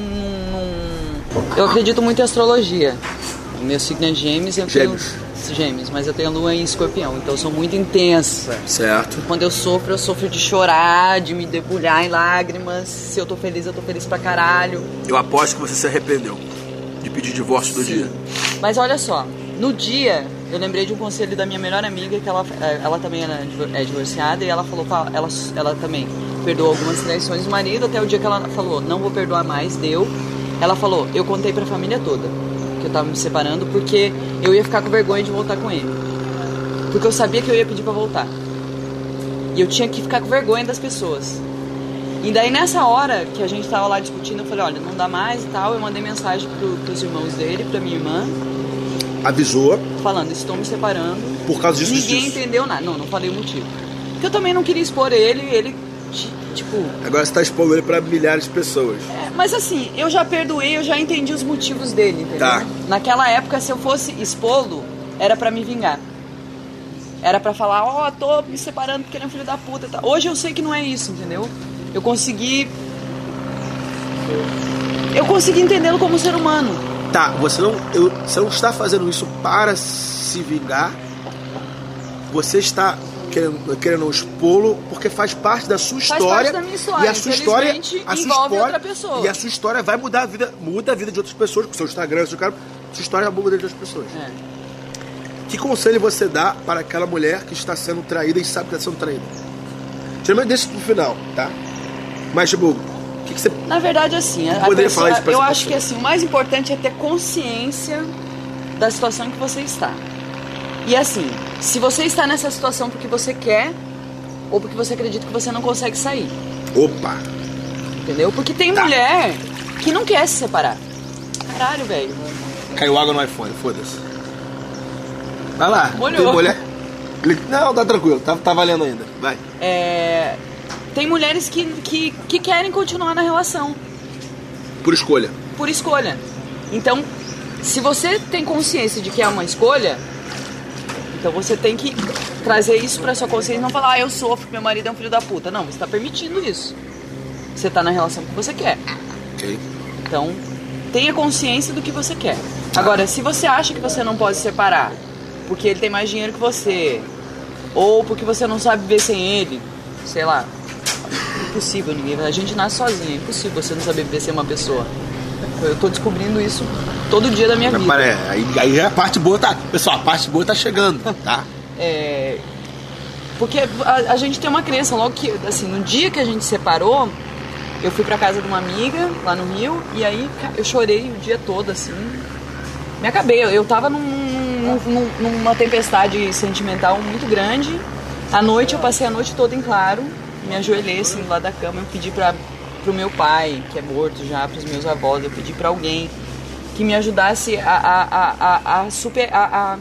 B: num- Eu acredito muito em astrologia. O meu signo é gêmeos. Eu
A: Gêmeos.
B: Tenho... Gêmeos, mas eu tenho lua em escorpião, então eu sou muito intensa.
A: Certo.
B: Quando eu sofro, eu sofro de chorar, de me debulhar em lágrimas. Se eu tô feliz, eu tô feliz pra caralho.
A: Eu aposto que você se arrependeu de pedir divórcio do
B: Sim. Mas olha só, no dia eu lembrei de um conselho da minha melhor amiga que ela, eh, ela também era divor- é divorciada e ela falou que ela, ela também perdoou algumas traições do marido até o dia que ela falou não vou perdoar mais deu. Ela falou eu contei pra família toda que eu tava me separando porque eu ia ficar com vergonha de voltar com ele porque eu sabia que eu ia pedir pra voltar e eu tinha que ficar com vergonha das pessoas. E daí nessa hora que a gente tava lá discutindo, eu falei, olha, não dá mais e tal. Eu mandei mensagem pro, pros irmãos dele, pra minha irmã,
A: Hum. Avisou
B: falando, estou me separando.
A: por causa disso. disso,
B: Ninguém
A: disso.
B: entendeu nada. Não, não falei o motivo. Porque eu também não queria expor ele, ele, ti- tipo...
A: Agora você tá expondo ele pra milhares de pessoas.
B: é, Mas assim, eu já perdoei, eu já entendi os motivos dele, entendeu?
A: Tá.
B: Naquela época, se eu fosse expô-lo, era pra me vingar. Era pra falar, ó, tô me separando porque ele é um filho da puta. e tal. Hoje eu sei que não é isso, entendeu? Eu consegui. Eu consegui entendê-lo como ser humano.
A: Tá, você não, eu, você não está fazendo isso para se vingar. Você está querendo, querendo expô-lo porque faz parte da sua
B: Faz
A: história.
B: parte da minha história,
A: E a sua história
B: infelizmente,
A: a sua
B: envolve
A: história-
B: outra pessoa.
A: E a sua história vai mudar a vida, muda a vida de outras pessoas, com seu Instagram, seu cara, sua história vai mudar a vida de outras pessoas.
B: É.
A: Que conselho você dá para aquela mulher que está sendo traída e sabe que está sendo traída? Geralmente desse pro final, tá? Mas tipo, o que, que você.
B: Na verdade, assim, a- a
A: Poderia
B: pessoa-
A: falar isso pra
B: eu
A: essa
B: acho que assim, o mais importante é ter consciência da situação que você está. E assim, se você está nessa situação porque você quer ou porque você acredita que você não consegue sair,
A: Opa!
B: entendeu? Porque tem
A: Tá.
B: mulher que não quer se separar. Caralho, velho.
A: Caiu água no iPhone, foda-se. Vai lá.
B: Molhou.
A: Tem mulher? Clica. Não, tá tranquilo, tá, tá valendo ainda. Vai.
B: É, tem mulheres que, que, que querem continuar na relação
A: Por escolha.
B: por escolha. Então, se você tem consciência de que é uma escolha, então você tem que trazer isso pra sua consciência e não falar, ah, eu sofro, meu marido é um filho da puta. Não, você tá permitindo isso. Você tá na relação que você quer.
A: Ok.
B: Então, tenha consciência do que você quer. Agora, se você acha que você não pode se separar porque ele tem mais dinheiro que você, ou porque você não sabe viver sem ele, sei lá. Impossível, ninguém. A gente nasce sozinho, é impossível você não saber viver sem uma pessoa. Eu tô descobrindo isso todo dia da minha vida.
A: Pare- é, Aí, aí a parte boa tá. Pessoal, a parte boa tá chegando, tá?
B: É, porque a, a gente tem uma crença, logo que, assim, no dia que a gente separou, eu fui pra casa de uma amiga lá no Rio e aí ca- eu chorei o dia todo, assim. Me acabei, eu, eu tava num- num- num- numa tempestade sentimental muito grande. À noite, eu passei a noite toda em claro, me ajoelhei assim do lado da cama, eu pedi pra, pro meu pai, que é morto já, pros meus avós, eu pedi pra alguém que me ajudasse a, a, a, a, a super, a,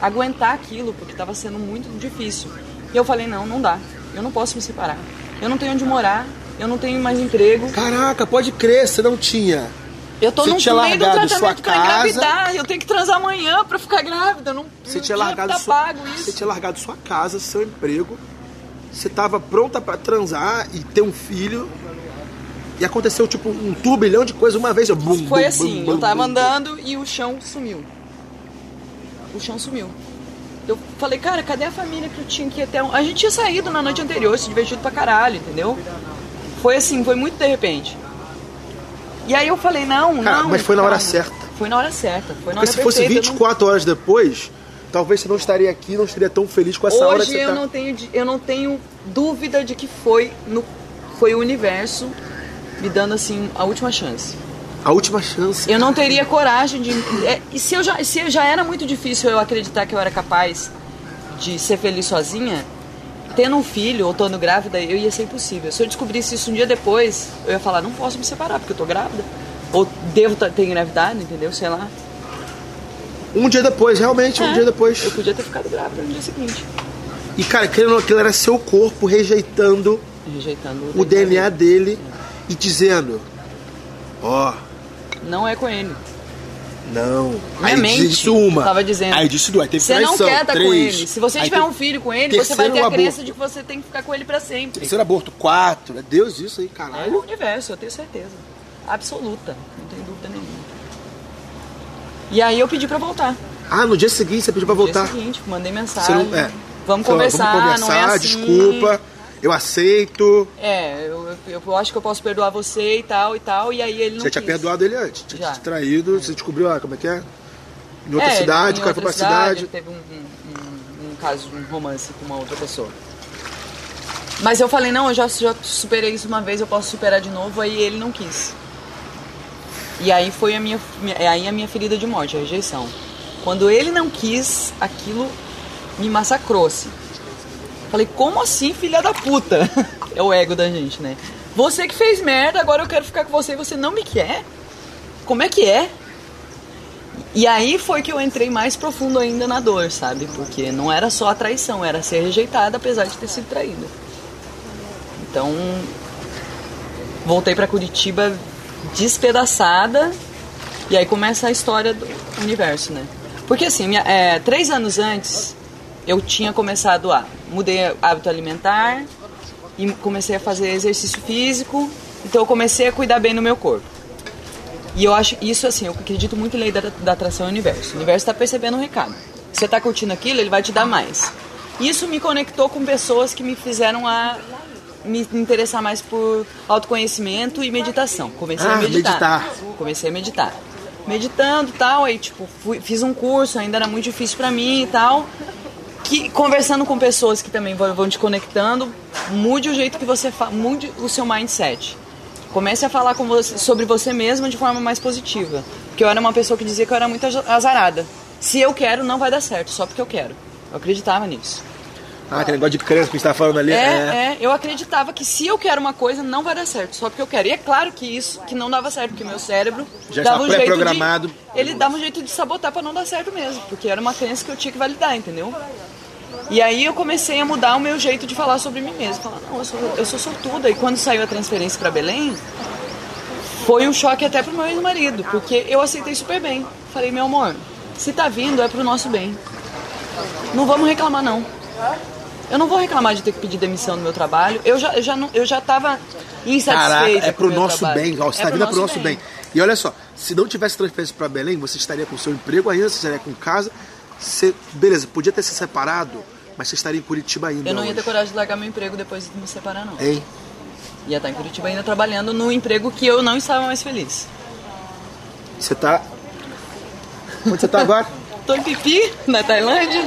B: a aguentar aquilo, porque estava sendo muito difícil. E eu falei, não, não dá. Eu não posso me separar. Eu não tenho onde morar, eu não tenho mais emprego.
A: Caraca, pode crer, você não tinha.
B: Eu tô
A: Você
B: no meio
A: tinha
B: do
A: largado sua
B: tratamento pra
A: casa.
B: engravidar, eu tenho que transar amanhã pra ficar grávida. eu Não,
A: Você
B: não
A: tinha largado
B: tá
A: sua,
B: pago isso.
A: Você tinha largado sua casa, seu emprego. Você tava pronta pra transar e ter um filho. E aconteceu tipo um turbilhão de coisas uma vez. eu- bum,
B: Foi
A: bum,
B: assim,
A: bum,
B: eu
A: bum,
B: tava
A: bum, bum.
B: andando e o chão sumiu. O chão sumiu. Eu falei, cara, cadê a família que eu tinha que ir até... um- A gente tinha saído na noite anterior, se divertido pra caralho, entendeu? Foi assim, foi muito de repente. E aí eu falei, não,
A: Cara,
B: não.
A: mas foi na hora
B: calma.
A: certa.
B: Foi na hora certa. Foi na hora
A: Porque se fosse
B: perfeita, eu não- é né?
A: 24 horas depois, talvez você não estaria aqui, não estaria tão feliz com essa hora que
B: Hoje
A: você
B: eu
A: tá.
B: não tenho di- eu não tenho dúvida de que foi no foi o universo me dando assim a última chance.
A: A última chance.
B: Eu não teria coragem de. é, e se eu, já, se eu já era muito difícil eu acreditar que eu era capaz de ser feliz sozinha, tendo um filho ou estando grávida, eu ia ser impossível. Se eu descobrisse isso um dia depois, eu ia falar, não posso me separar, porque eu tô grávida. Ou devo ta- ter engravidado, entendeu? Sei lá.
A: Um dia depois, realmente, um
B: É,
A: dia depois.
B: Eu podia ter ficado grávida no dia seguinte.
A: E cara, querendo ou não, aquilo era seu corpo rejeitando
B: Rejeitando
A: o DNA dele e dizendo: Ó,
B: Não é com ele.
A: não.
B: Minha
A: aí
B: mente
A: disse uma.
B: tava dizendo.
A: Aí disse duas. Teve
B: Você não
A: traição,
B: quer estar com
A: três.
B: ele. Se você
A: Aí
B: tiver
A: teve
B: um filho com ele, você vai
A: terceiro
B: ter a
A: aborto.
B: crença de que você tem que ficar com ele pra sempre.
A: Terceiro aborto, quatro. É Deus isso aí,
B: É
A: caralho.
B: o universo, eu tenho certeza. Absoluta, não tenho dúvida nenhuma. E aí eu pedi pra voltar.
A: Ah, no dia seguinte você pediu pra voltar.
B: Dia seguinte, mandei
A: Você
B: mensagem.
A: não, é.
B: Vamos,
A: Falou,
B: conversar,
A: vamos
B: não é
A: conversar,
B: assim.
A: desculpa. Eu aceito.
B: É, eu, eu- eu acho que eu posso perdoar você e tal e tal. E aí ele não
A: você tinha
B: quis.
A: perdoado ele antes, tinha
B: Já.
A: te traído, você descobriu, ah, como é que é? Em outra
B: É, ele-
A: cidade,
B: em
A: o cara
B: outra
A: foi pra cidade.
B: ele Teve um, um- um- um caso de um romance com uma outra pessoa. Mas eu falei, não, eu já, já superei isso uma vez, eu posso superar de novo, aí ele não quis. E aí foi a minha, minha- é aí a minha ferida de morte, a rejeição. Quando ele não quis, aquilo me massacrou-se. Falei, como assim, filha da puta? *laughs* É o ego da gente, né? Você que fez merda, agora eu quero ficar com você e você não me quer? Como é que é? E aí foi que eu entrei mais profundo ainda na dor, sabe? Porque não era só a traição, era ser rejeitada apesar de ter sido traída. Então, voltei pra Curitiba despedaçada. E aí começa a história do universo, né? Porque assim, minha- é, três anos antes, eu tinha começado a... Mudei hábito alimentar e comecei a fazer exercício físico. Então eu comecei a cuidar bem do meu corpo. E eu acho isso assim, eu acredito muito em lei da, da atração ao universo. O universo está percebendo um recado. Se você está curtindo aquilo, ele vai te dar mais. Isso me conectou com pessoas que me fizeram a me interessar mais por autoconhecimento e meditação. Comecei a
A: Ah,
B: meditar.
A: meditar.
B: Comecei a meditar. Meditando e tal, aí tipo, fui- fiz um curso, ainda era muito difícil para mim e tal. Que conversando com pessoas que também vão, vão te conectando, mude o jeito que você fa- mude o seu mindset. Comece a falar com você, sobre você mesma de forma mais positiva. Porque eu era uma pessoa que dizia que eu era muito aza- azarada. Se eu quero, não vai dar certo, só porque eu quero. Eu acreditava nisso.
A: Ah, aquele negócio de crença que a gente tava falando ali.
B: É, é, eu acreditava que se eu quero uma coisa, não vai dar certo, só porque eu quero. E é claro que isso, que não dava certo, porque meu cérebro
A: Já
B: dava
A: está
B: um jeito de-
A: pré-programado.
B: ele dava um jeito de sabotar pra não dar certo mesmo, porque era uma crença que eu tinha que validar, entendeu? E aí eu comecei a mudar o meu jeito de falar sobre mim mesmo. Falar, não, eu sou, eu sou sortuda. E quando saiu a transferência pra Belém, foi um choque até pro meu ex-marido, porque eu aceitei super bem. Falei, meu amor, se tá vindo é pro nosso bem. Não vamos reclamar, não. Eu não vou reclamar de ter que pedir demissão do meu trabalho. Eu já, eu já, não, eu já tava insatisfeita.
A: Caraca,
B: com o
A: é pro
B: meu
A: nosso
B: trabalho.
A: bem. Ó, você tá vindo é pro nosso bem.
B: bem.
A: E olha só, se não tivesse transferência pra Belém, você estaria com seu emprego ainda, você estaria com casa. Você, beleza, podia ter se separado, mas você estaria em Curitiba ainda.
B: Eu não ia ter
A: hoje.
B: coragem de largar meu emprego depois de me separar, não.
A: Hein?
B: Ia estar em Curitiba ainda trabalhando num emprego que eu não estava mais feliz.
A: Você tá Onde você tá agora?
B: Tô em Pipi, na Tailândia,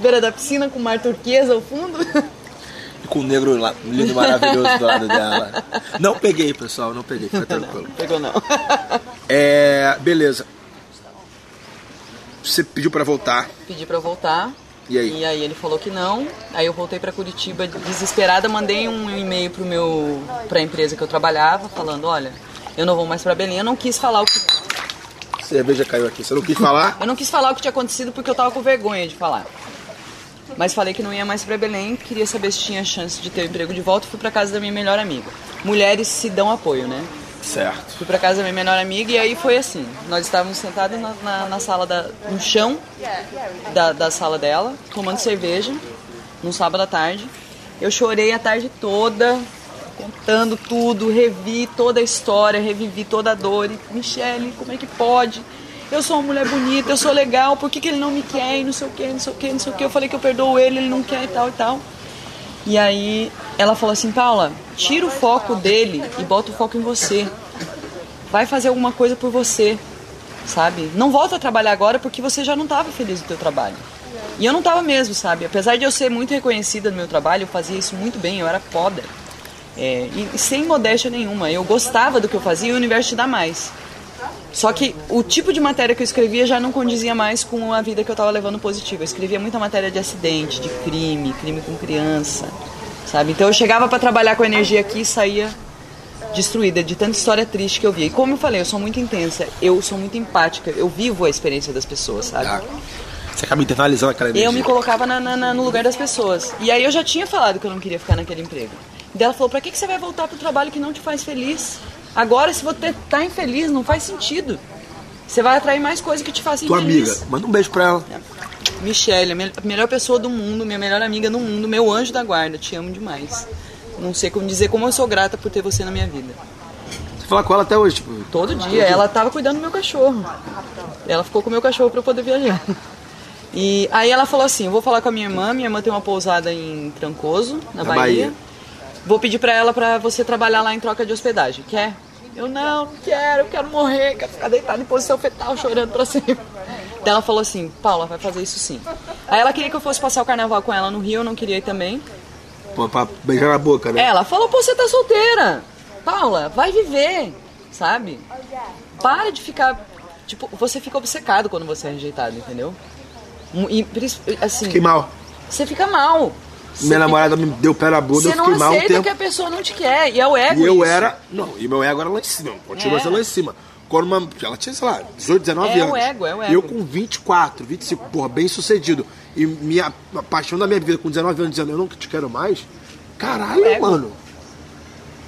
B: beira da piscina com mar turquesa ao fundo.
A: E *laughs* com o negro lá, lindo e maravilhoso do lado dela. Não peguei, pessoal, não peguei, *laughs* fica tranquilo.
B: Pegou não. *laughs*
A: É, beleza. Você pediu pra voltar.
B: Pedi pra eu voltar.
A: E aí?
B: E aí ele falou que não. Aí eu voltei pra Curitiba desesperada, mandei um e-mail pro meu pra empresa que eu trabalhava, falando, olha, eu não vou mais pra Belém, eu não quis falar o que
A: Cerveja caiu aqui. Você não quis falar?
B: Eu não quis falar o que tinha acontecido porque eu tava com vergonha de falar. Mas falei que não ia mais pra Belém, queria saber se tinha chance de ter o emprego de volta. Fui pra casa da minha melhor amiga. Mulheres se dão apoio, né?
A: Certo.
B: Fui pra casa da minha melhor amiga e aí foi assim. Nós estávamos sentados na, na- na sala da, no chão da, da sala dela, tomando cerveja, num sábado à tarde. Eu chorei a tarde toda, contando tudo, revi toda a história, revivi toda a dor. E, Michele, como é que pode? Eu sou uma mulher bonita, eu sou legal, por que, que ele não me quer? E não sei o que, não sei o que, não sei o que. Eu falei que eu perdoo ele, ele não quer e tal e tal. E aí ela falou assim, Paula, tira o foco dele e bota o foco em você. Vai fazer alguma coisa por você, sabe? Não volta a trabalhar agora porque você já não estava feliz no teu trabalho. E eu não estava mesmo, sabe? Apesar de eu ser muito reconhecida no meu trabalho, eu fazia isso muito bem, eu era foda. É, e, e sem modéstia nenhuma. Eu gostava do que eu fazia e o universo te dá mais. Só que o tipo de matéria que eu escrevia já não condizia mais com a vida que eu estava levando positiva. Eu escrevia muita matéria de acidente, de crime, crime com criança, sabe? Então eu chegava para trabalhar com a energia aqui e saía destruída de tanta história triste que eu via. E como eu falei, eu sou muito intensa, eu sou muito empática, eu vivo a experiência das pessoas, sabe?
A: Tá. Você acaba internalizando aquela energia.
B: Eu me colocava na- na- na- no lugar das pessoas. E aí eu já tinha falado que eu não queria ficar naquele emprego. E ela falou, pra que, que você vai voltar pro trabalho que não te faz feliz? Agora, se você tá infeliz, não faz sentido. Você vai atrair mais coisa que É. te faça
A: Tua
B: infeliz.
A: amiga. Manda um beijo pra ela.
B: Michelle, a me- a melhor pessoa do mundo, minha melhor amiga do mundo, meu anjo da guarda, te amo demais. Não sei como dizer como eu sou grata por ter você na minha vida.
A: Você fala com ela até hoje, tipo.
B: Todo dia. Ela tava cuidando do meu cachorro. Ela ficou com o meu cachorro para eu poder viajar. E aí ela falou assim: eu vou falar com a minha irmã. Minha irmã tem uma pousada em Trancoso, na,
A: Na
B: Bahia.
A: Bahia.
B: Vou pedir para ela para você trabalhar lá em troca de hospedagem. Quer? Eu não, não quero, eu quero morrer, quero ficar deitada em posição fetal chorando pra sempre. Daí ela falou assim: Paula, vai fazer isso sim. Aí ela queria que eu fosse passar o carnaval com ela no Rio, eu não queria ir também.
A: Pô, pra beijar na boca, né?
B: Ela falou, pô, você tá solteira. Paula, vai viver, sabe? Para de ficar. Tipo, você fica obcecado quando você é rejeitado, entendeu? Um- E, pris- assim,
A: Fiquei mal.
B: você fica mal. Você
A: Minha
B: fica-
A: namorada me deu pé na bunda, eu
B: Você
A: fiquei
B: não
A: mal um
B: aceita
A: tempo.
B: que a pessoa não te quer. E é o ego.
A: E eu
B: isso.
A: era. Não, e meu ego era lá em cima. Continua
B: É.
A: sendo lá em cima. Quando uma, ela tinha, sei lá, 18, 19
B: É o
A: anos.
B: ego, é o
A: E eu
B: ego.
A: com 24, 25, porra, bem sucedido. E minha a paixão da minha vida com 19 anos dizendo, eu não te quero mais. Caralho,
B: Ego.
A: mano.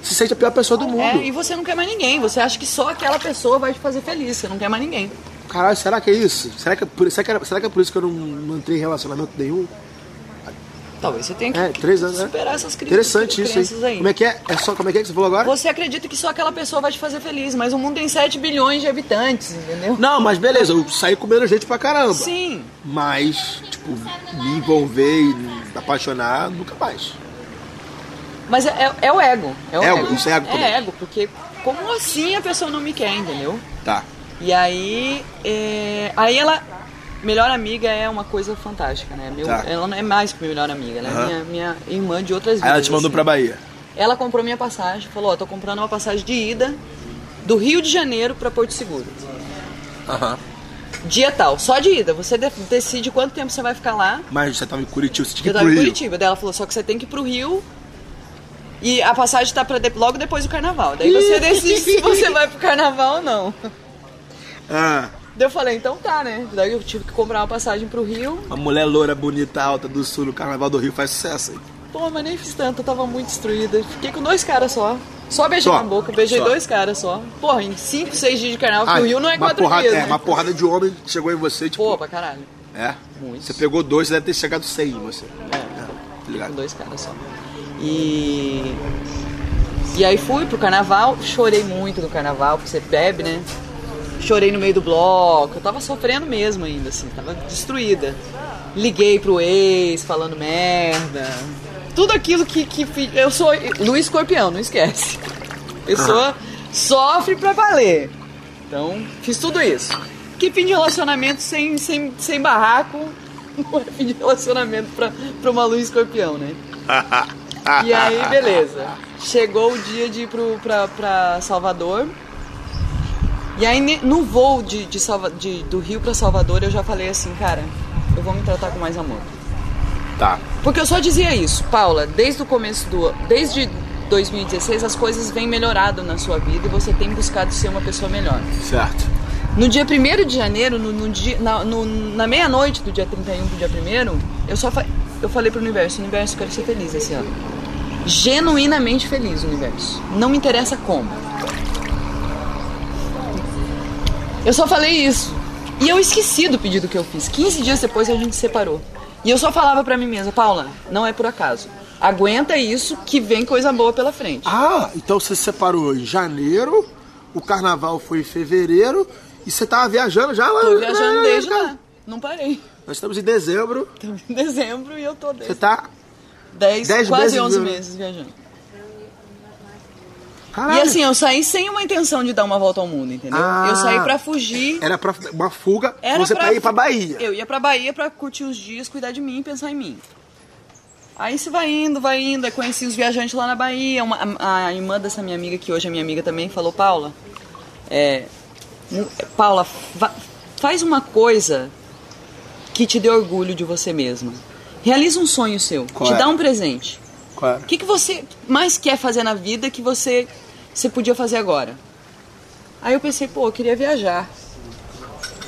A: Você sente a pior pessoa do mundo.
B: É, e você não quer mais ninguém. Você acha que só aquela pessoa vai te fazer feliz. Você não quer mais ninguém.
A: Caralho, será que é isso? Será que, é por- será que, era- será que é por isso que eu não, não entrei em relacionamento nenhum?
B: Talvez você tenha que
A: É, três anos, né?
B: superar essas cri-
A: Interessante isso,
B: crenças
A: hein?
B: aí.
A: Como é que é? é só, como é que é que você falou agora?
B: Você acredita que só aquela pessoa vai te fazer feliz, mas o mundo tem 7 bilhões de habitantes, entendeu?
A: Não, mas beleza, eu saí comendo gente pra caramba.
B: Sim.
A: Mas, tipo, me envolver e me apaixonar nunca mais.
B: Mas é, é- é o ego. É o
A: Ego,
B: ego.
A: isso é ego também.
B: É ego, porque como assim a pessoa não me quer, entendeu?
A: Tá.
B: E aí. é, aí ela. Melhor amiga é uma coisa fantástica, né? Meu-
A: Tá.
B: Ela não é mais que minha melhor amiga, ela é
A: Aham.
B: minha, minha irmã de outras vidas.
A: Aí ela te mandou
B: assim.
A: pra Bahia.
B: Ela comprou minha passagem, falou: Ó, tô comprando uma passagem de ida do Rio de Janeiro pra Porto Seguro.
A: Aham.
B: Dia tal, só de ida. Você de- decide quanto tempo você vai ficar lá.
A: Mas você tava em Curitiba, você tinha que
B: Eu
A: ir pro
B: tava tá em
A: Rio.
B: Curitiba. Daí ela falou, só que você tem que ir pro Rio. E a passagem tá pra de- logo depois do carnaval. Daí
A: *laughs*
B: você decide se você vai pro carnaval ou não.
A: Ah,
B: Daí eu falei, então tá, né? Daí eu tive que comprar uma passagem pro Rio.
A: uma mulher loura, bonita, alta do sul, no Carnaval do Rio, faz sucesso aí.
B: Pô, mas nem fiz tanto, eu tava muito destruída. Fiquei com dois caras só. Só beijei
A: Só,
B: na boca, beijei
A: só.
B: dois caras só. Porra, em cinco, seis dias de carnaval, porque o Rio não é
A: uma
B: quatro
A: porrada,
B: dias.
A: É,
B: né?
A: uma porrada de homem chegou em você, tipo...
B: Pô, pra caralho.
A: é?
B: Muito.
A: Você pegou dois, você deve ter chegado cem em você.
B: É.
A: Tá
B: Com
A: ligado?
B: dois caras só. E. E aí fui pro carnaval, chorei muito no carnaval, porque você bebe, né? Chorei no meio do bloco, eu tava sofrendo mesmo ainda, assim, tava destruída. Liguei pro ex, falando merda. Tudo aquilo que. que fi- eu sou Luiz Escorpião, não esquece. Pessoa sofre pra valer. Então, fiz tudo isso. que fim de relacionamento sem, sem, sem barraco *laughs* não é fim de relacionamento pra, pra uma lua escorpião, né? E aí, beleza. Chegou o dia de ir pro, pra, pra Salvador. E aí, ne- no voo de, de, Salva, de- do Rio pra Salvador, eu já falei assim, cara, eu vou me tratar com mais amor.
A: Tá.
B: Porque eu só dizia isso, Paula, desde o começo do desde 2016 as coisas vêm melhorado na sua vida e você tem buscado ser uma pessoa melhor.
A: Certo.
B: No dia 1 de janeiro, no, no dia, na, no- na meia-noite do dia 31 pro dia 1 eu só fa- eu falei pro universo, universo, eu quero ser feliz esse ano. Genuinamente feliz, universo. Não me interessa como. Eu só falei isso. E eu esqueci do pedido que eu fiz. 15 dias depois a gente se separou. E eu só falava pra mim mesma, Paula, não é por acaso. Aguenta isso que vem coisa boa pela frente.
A: Ah, então você se separou em janeiro, o carnaval foi em fevereiro e você tava viajando já lá. né,
B: Tô viajando desde lá. Não parei.
A: Nós estamos em dezembro,
B: Estamos em dezembro e eu tô desde
A: você tá.
B: 10,
A: Dez
B: quase
A: meses,
B: 11
A: né?
B: meses viajando.
A: Caralho.
B: E assim, eu saí sem uma intenção de dar uma volta ao mundo, entendeu?
A: Ah.
B: eu saí pra fugir.
A: Era pra uma fuga,
B: Era
A: você pra... ir pra Bahia.
B: Eu ia pra Bahia pra curtir os dias, cuidar de mim, pensar em mim. Aí você vai indo, vai indo, aí conheci os viajantes lá na Bahia. Uma- a, a irmã dessa minha amiga, que hoje é minha amiga também, falou, Paula, é, mu- Paula, va- faz uma coisa que te dê orgulho de você mesma. Realiza um sonho seu,
A: Qual
B: te
A: é?
B: dá um presente.
A: Claro.
B: O que, que você mais quer fazer na vida que você, você podia fazer agora? Aí eu pensei, pô, eu queria viajar.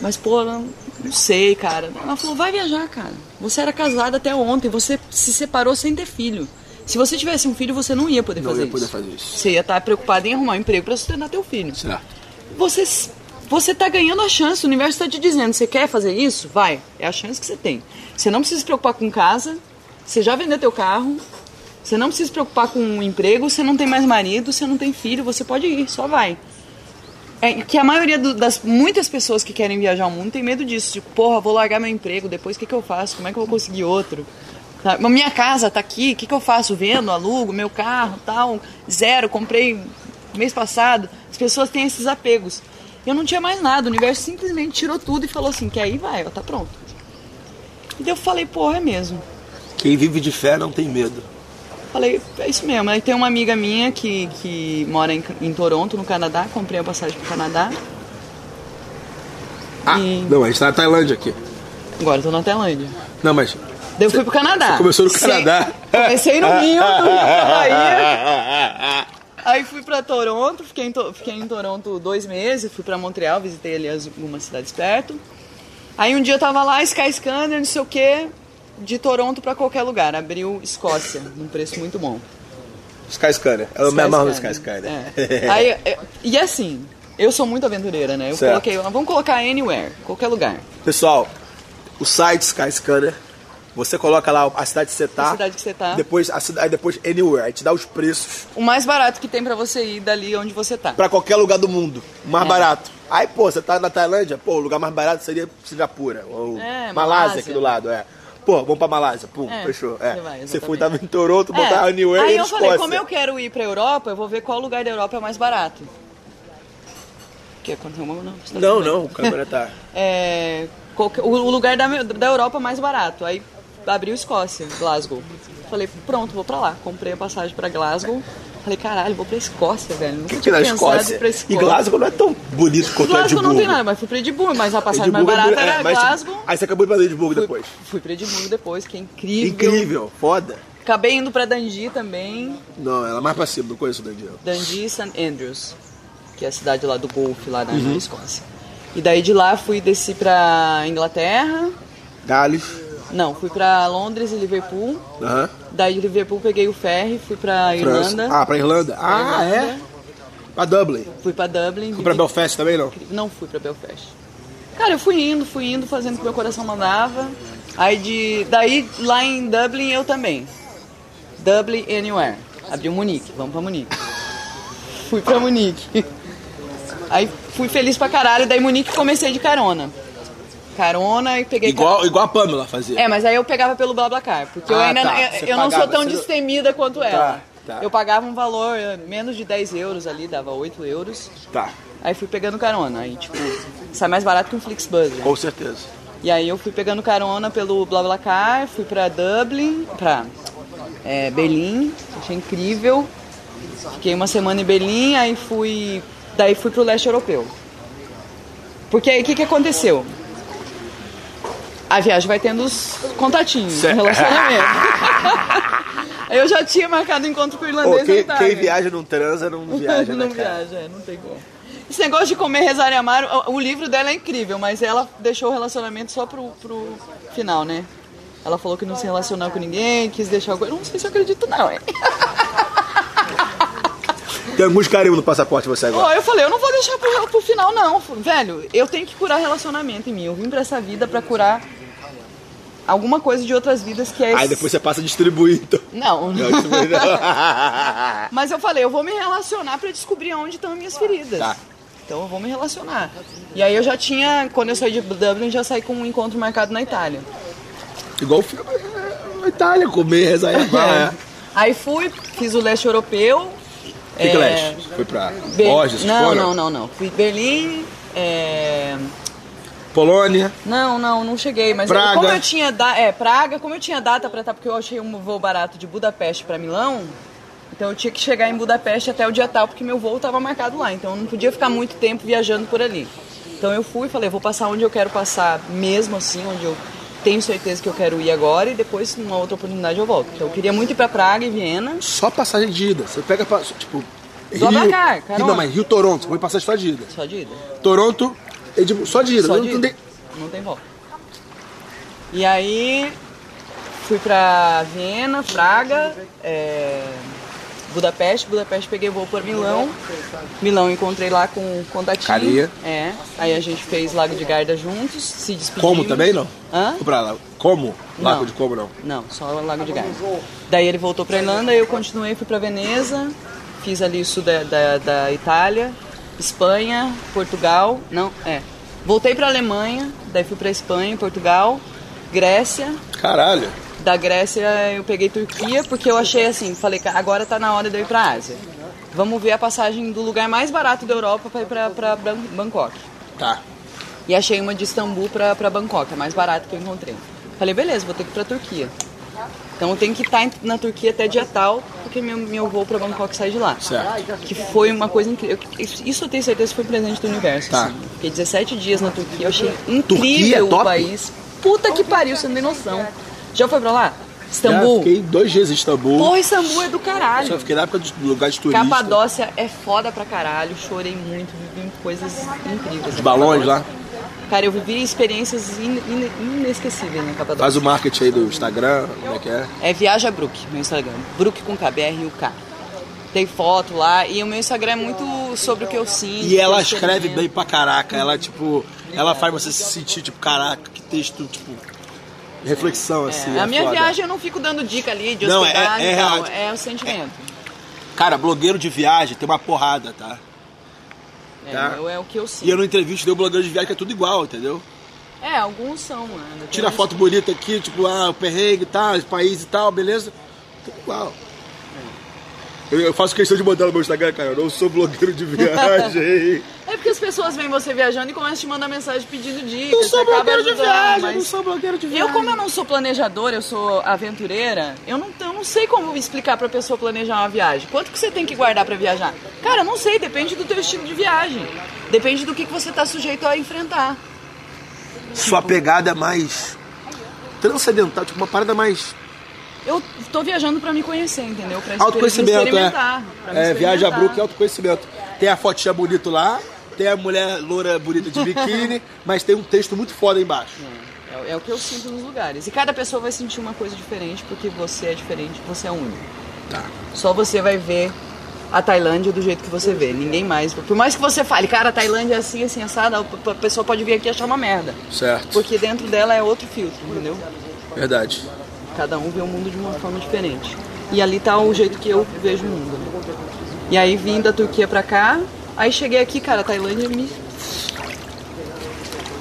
B: Mas, pô, não, não sei, cara. Ela falou, vai viajar, cara. Você era casada até ontem, você se separou sem ter filho. Se você tivesse um filho, você não ia poder
A: Não
B: fazer
A: ia poder
B: isso.
A: fazer isso.
B: Você ia estar preocupada em arrumar um emprego para sustentar teu filho.
A: Certo.
B: Você, s- você tá ganhando a chance, o universo está te dizendo, você quer fazer isso? Vai, é a chance que você tem. Você não precisa se preocupar com casa, você já vendeu teu carro, você não precisa se preocupar com um emprego, você não tem mais marido, você não tem filho, você pode ir, só vai. É que a maioria do- das muitas pessoas que querem viajar ao mundo tem medo disso, tipo, porra, vou largar meu emprego, depois o que, que eu faço? Como é que eu vou conseguir outro? Tá, Mas minha casa tá aqui, o que, que eu faço? Vendo, alugo, meu carro, tal, zero, comprei mês passado. As pessoas têm esses apegos. Eu não tinha mais nada, o universo simplesmente tirou tudo e falou assim, que aí vai, ó, tá pronto. E daí eu falei, porra, é mesmo.
A: Quem vive de fé não tem medo.
B: Falei, é isso mesmo. Aí tem uma amiga minha que, que mora em, em Toronto, no Canadá, comprei a passagem pro Canadá.
A: Ah,
B: E-
A: não, a gente tá na Tailândia aqui.
B: Agora eu tô na Tailândia.
A: Não, mas.
B: Daí eu fui pro Canadá.
A: Você começou no
B: Se-
A: Canadá.
B: Comecei no
A: *laughs*
B: Rio, no Rio pra Bahia. Aí fui pra Toronto, fiquei em, To- fiquei em Toronto dois meses, fui pra Montreal, visitei ali as- algumas cidades perto. Aí um dia eu tava lá, Skyscanner, não sei o quê, de Toronto pra qualquer lugar. Abriu Escócia, num preço muito bom.
A: Skyscanner. Eu me amarro no Skyscanner. *laughs*
B: É. Aí, é, e assim, eu sou muito aventureira, né? Eu
A: Certo.
B: coloquei, vamos colocar anywhere, qualquer lugar.
A: Pessoal, o site Skyscanner, você coloca lá a cidade que você tá.
B: A cidade que você tá.
A: Depois, a cidade, depois Anywhere, aí te dá os preços
B: O mais barato que tem pra você ir dali onde você tá.
A: pra qualquer lugar do mundo.
B: É.
A: Mais barato. Aí, pô, você tá na Tailândia, pô, o lugar mais barato seria Singapura. Ou
B: É,
A: Malásia,
B: Malásia.
A: aqui do lado, é. Pô, vamos pra Malásia. Pum,
B: É,
A: fechou. É.
B: você vai,
A: Você foi,
B: exatamente.
A: tava em Toronto, botar
B: É.
A: Anywhere
B: Aí
A: e
B: eu
A: Escócia.
B: falei, como eu quero ir pra Europa, eu vou ver qual lugar da Europa é mais barato. Quer acontecer uma não? Você tá
A: Não,
B: tudo bem.
A: não,
B: *laughs*
A: o câmera tá...
B: É, qualquer- o o lugar da, da Europa mais barato. Aí abriu Escócia, Glasgow. Falei, pronto, vou pra lá. Comprei a passagem pra Glasgow. Falei, caralho, vou pra Escócia, velho. Nunca
A: Aqui na
B: tinha pensado
A: é Escócia.
B: pra
A: E
B: Escócia.
A: Glasgow não é tão bonito quanto
B: Glasgow
A: Edimburgo.
B: não tem nada, mas fui pra Edimburgo, mas a passagem
A: Edimburgo
B: mais barata
A: é-
B: era
A: mas-
B: Glasgow.
A: Aí você acabou de fazer Edimburgo
B: Fui,
A: depois.
B: fui pra Edimburgo depois, que é
A: Incrível, foda.
B: Acabei indo pra Dundee também.
A: Não, ela é mais pra cima, não conheço o Daniel.
B: Dundee e St. Andrews, que é a cidade lá do Golfe, lá
A: Uhum.
B: na, na Escócia. E daí de lá fui desci pra Inglaterra,
A: Gales.
B: não, fui pra Londres e Liverpool.
A: Aham.
B: Daí de Liverpool peguei o ferry, fui pra
A: França.
B: Irlanda.
A: Ah, pra Irlanda? Ah,
B: Irlanda.
A: é? Pra Dublin.
B: Fui pra Dublin.
A: Fui pra
B: vivi-
A: Belfast também, não?
B: Não fui pra Belfast. Cara, eu fui indo, fui indo, fazendo o que meu coração mandava. Aí de. Daí lá em Dublin eu também. Dublin Anywhere. Abriu Munique, vamos pra Munique. Fui pra Munique. Aí fui feliz pra caralho, daí Munique comecei de carona. Carona e peguei.
A: Igual, igual a Pamela fazia.
B: É, mas aí eu pegava pelo BlaBlaCar, porque eu
A: Ah,
B: ainda
A: tá.
B: eu,
A: Você
B: eu não sou
A: pagava,
B: tão
A: você não-
B: destemida quanto ela.
A: Tá.
B: Eu pagava um valor eh, menos de 10 euros ali, dava 8 euros.
A: Tá,
B: Aí fui pegando carona. Aí, tipo, sai mais barato que um Flixbus. né?
A: com certeza.
B: E aí eu fui pegando carona pelo BlaBlaCar, fui pra Dublin, pra é, Berlim, achei incrível. Fiquei uma semana em Berlim, aí fui. Daí fui pro leste europeu. Porque aí o que, que aconteceu? A viagem vai tendo os contatinhos,
A: Cê- *laughs*
B: relacionamento. eu já tinha marcado encontro com o
A: Ô,
B: irlandês na
A: quem,
B: Itália.
A: quem viaja não transa, não *laughs* viaja,
B: não
A: né, cara?
B: viaja, é, não tem como. Esse negócio de comer, rezar e amar, o, o livro dela é incrível, mas ela deixou o relacionamento só pro, pro final, né? Ela falou que não se relacionou com ninguém, quis deixar alguma coisa. Não sei se eu acredito,
A: *laughs*
B: não, hein?
A: Tem alguns carimbos no passaporte você agora.
B: Ó, eu falei, eu não vou deixar pro, pro final, não. Velho, eu tenho que curar relacionamento em mim. Eu vim pra essa vida pra curar alguma coisa de outras vidas que é.
A: Aí depois você passa a distribuir, então.
B: Não,
A: *laughs* Não, distribuir não.
B: *laughs* Mas eu falei, eu vou me relacionar pra descobrir onde estão as minhas feridas.
A: Tá.
B: Então eu vou me relacionar. E aí eu já tinha, quando eu saí de Dublin, já saí com um encontro marcado na Itália.
A: Igual o filme é, Itália, comer, rezar e amar, né?
B: É. Aí fui, fiz o leste europeu.
A: Que que leste? Foi pra
B: Be-
A: Borges,
B: não,
A: Folha,
B: não, não, não. Fui Berlim. é,
A: Polônia.
B: Não, não, não cheguei, mas
A: Praga.
B: eu- como eu tinha da... é, Praga, como eu tinha data pra estar, porque eu achei um voo barato de Budapeste pra Milão, então eu tinha que chegar em Budapeste até o dia tal, porque meu voo estava marcado lá, então eu não podia ficar muito tempo viajando por ali. Então eu fui e falei, vou passar onde eu quero passar, mesmo assim, onde eu tenho certeza que eu quero ir agora e depois numa outra oportunidade eu volto. Então eu queria muito ir pra Praga e Viena.
A: Só passagem de ida. Você pega, pra- tipo, Rio...
B: Blablacar, carona.
A: Não, mas Rio, Toronto. Você foi passagem só de ida.
B: Só de ida.
A: Toronto, Edimburgo, só de ida.
B: Só
A: Eu
B: de
A: não
B: ida.
A: entendi.
B: Não tem volta. E aí fui pra Viena, Praga, é, Budapeste, Budapeste peguei voo pra Milão. Milão encontrei lá com o contatinho.
A: Carinha.
B: É. Aí a gente fez Lago de Garda juntos, se despedimos.
A: Como também, não?
B: Hã?
A: Vou pra lá. Como? Lago
B: Não.
A: de como, não.
B: Não, só o Lago de Garda. Daí ele voltou pra Irlanda, eu continuei, fui pra Veneza, fiz ali o sul da, da, da Itália, Espanha, Portugal, não, é. Voltei pra Alemanha, daí fui pra Espanha, Portugal, Grécia.
A: Caralho.
B: Da Grécia eu peguei Turquia, porque eu achei assim, falei, "Ca- agora tá na hora de eu ir pra Ásia. Vamos ver a passagem do lugar mais barato da Europa pra ir pra, pra Ban- Bangkok.
A: Tá.
B: E achei uma de Istambul pra, pra Bangkok, a mais barata que eu encontrei. Falei, beleza, vou ter que ir pra Turquia. Então eu tenho que estar em- na Turquia até dia tal, porque meu, meu voo pra Bangkok sai de lá.
A: Certo.
B: Que foi uma coisa incrível. Isso isso eu tenho certeza que foi um presente do universo.
A: Tá.
B: assim. Fiquei 17 dias na Turquia, eu achei
A: Turquia é
B: incrível
A: top?
B: o país. Puta que pariu, você não tem noção. Já foi pra lá?
A: Já
B: Istambul?
A: fiquei dois dias em Istambul.
B: Porra, Istambul é do caralho.
A: Só fiquei na época do lugar de turista.
B: Capadócia é foda pra caralho, chorei muito, vivi coisas incríveis.
A: Os balões lá.
B: Cara, eu vivi experiências in- in- inesquecíveis na Capadócia.
A: Faz o marketing aí do Instagram, como é que é?
B: É Viaja Brook, meu Instagram. Brook com K, B-R-U-K. Tem foto lá e o meu Instagram é muito sobre o que eu sinto.
A: E
B: o
A: ela
B: que eu
A: escreve
B: experimento.
A: bem pra caraca. Ela, tipo, ela faz você se sentir, tipo, caraca, que texto, tipo, reflexão, assim.
B: É,
A: é
B: a minha
A: foda.
B: viagem eu não fico dando dica ali de
A: Não, é-
B: hospedagem
A: é
B: e tal.
A: real.
B: É o sentimento.
A: Cara, blogueiro de viagem tem uma porrada, tá?
B: É,
A: Tá.
B: eu- é o que eu
A: E eu
B: sinto.
A: não entrevisto nenhum blogueiro de viagem que é tudo igual, entendeu?
B: É, alguns são, mano.
A: Tira a foto bonita aqui, tipo, ah, o perrengue e tal, os países e tal, beleza? Tudo igual. Eu, eu faço questão de mandar no meu Instagram, cara. Eu não sou blogueiro de *laughs* viagem.
B: É porque as pessoas veem você viajando e começam a te mandar mensagem pedindo dicas.
A: não
B: você
A: sou
B: acaba
A: blogueiro de
B: ajudando,
A: viagem,
B: mas-
A: não sou blogueiro de viagem.
B: Eu, como eu não sou planejadora, eu sou aventureira, eu não, eu não sei como explicar pra pessoa planejar uma viagem. Quanto que você tem que guardar pra viajar? Cara, eu não sei, depende do teu estilo de viagem. Depende do que, que você tá sujeito a enfrentar. Tipo,
A: Sua pegada é mais transcendental, tipo, uma parada mais
B: Eu tô viajando pra me conhecer, entendeu? Pra exper- me
A: Autoconhecimento, é.
B: experimentar. pra me
A: é viagem a
B: experimentar.
A: Brook é autoconhecimento. Tem a fotinha bonito lá, tem a mulher loura bonita
B: *laughs*
A: de biquíni, mas tem um texto muito foda aí embaixo.
B: É, é o que eu sinto nos lugares. E cada pessoa vai sentir uma coisa diferente, porque você é diferente, você é único.
A: Tá.
B: Só você vai ver a Tailândia do jeito que você vê, ninguém mais. Por mais que você fale, cara, a Tailândia é assim, assim, assada, a p- a pessoa pode vir aqui e achar uma merda.
A: Certo.
B: Porque dentro dela é outro filtro, entendeu?
A: Verdade.
B: Cada um vê o mundo de uma forma diferente. E ali tá o jeito que eu vejo o mundo. né? E aí vim da Turquia pra cá, aí cheguei aqui, cara, a Tailândia me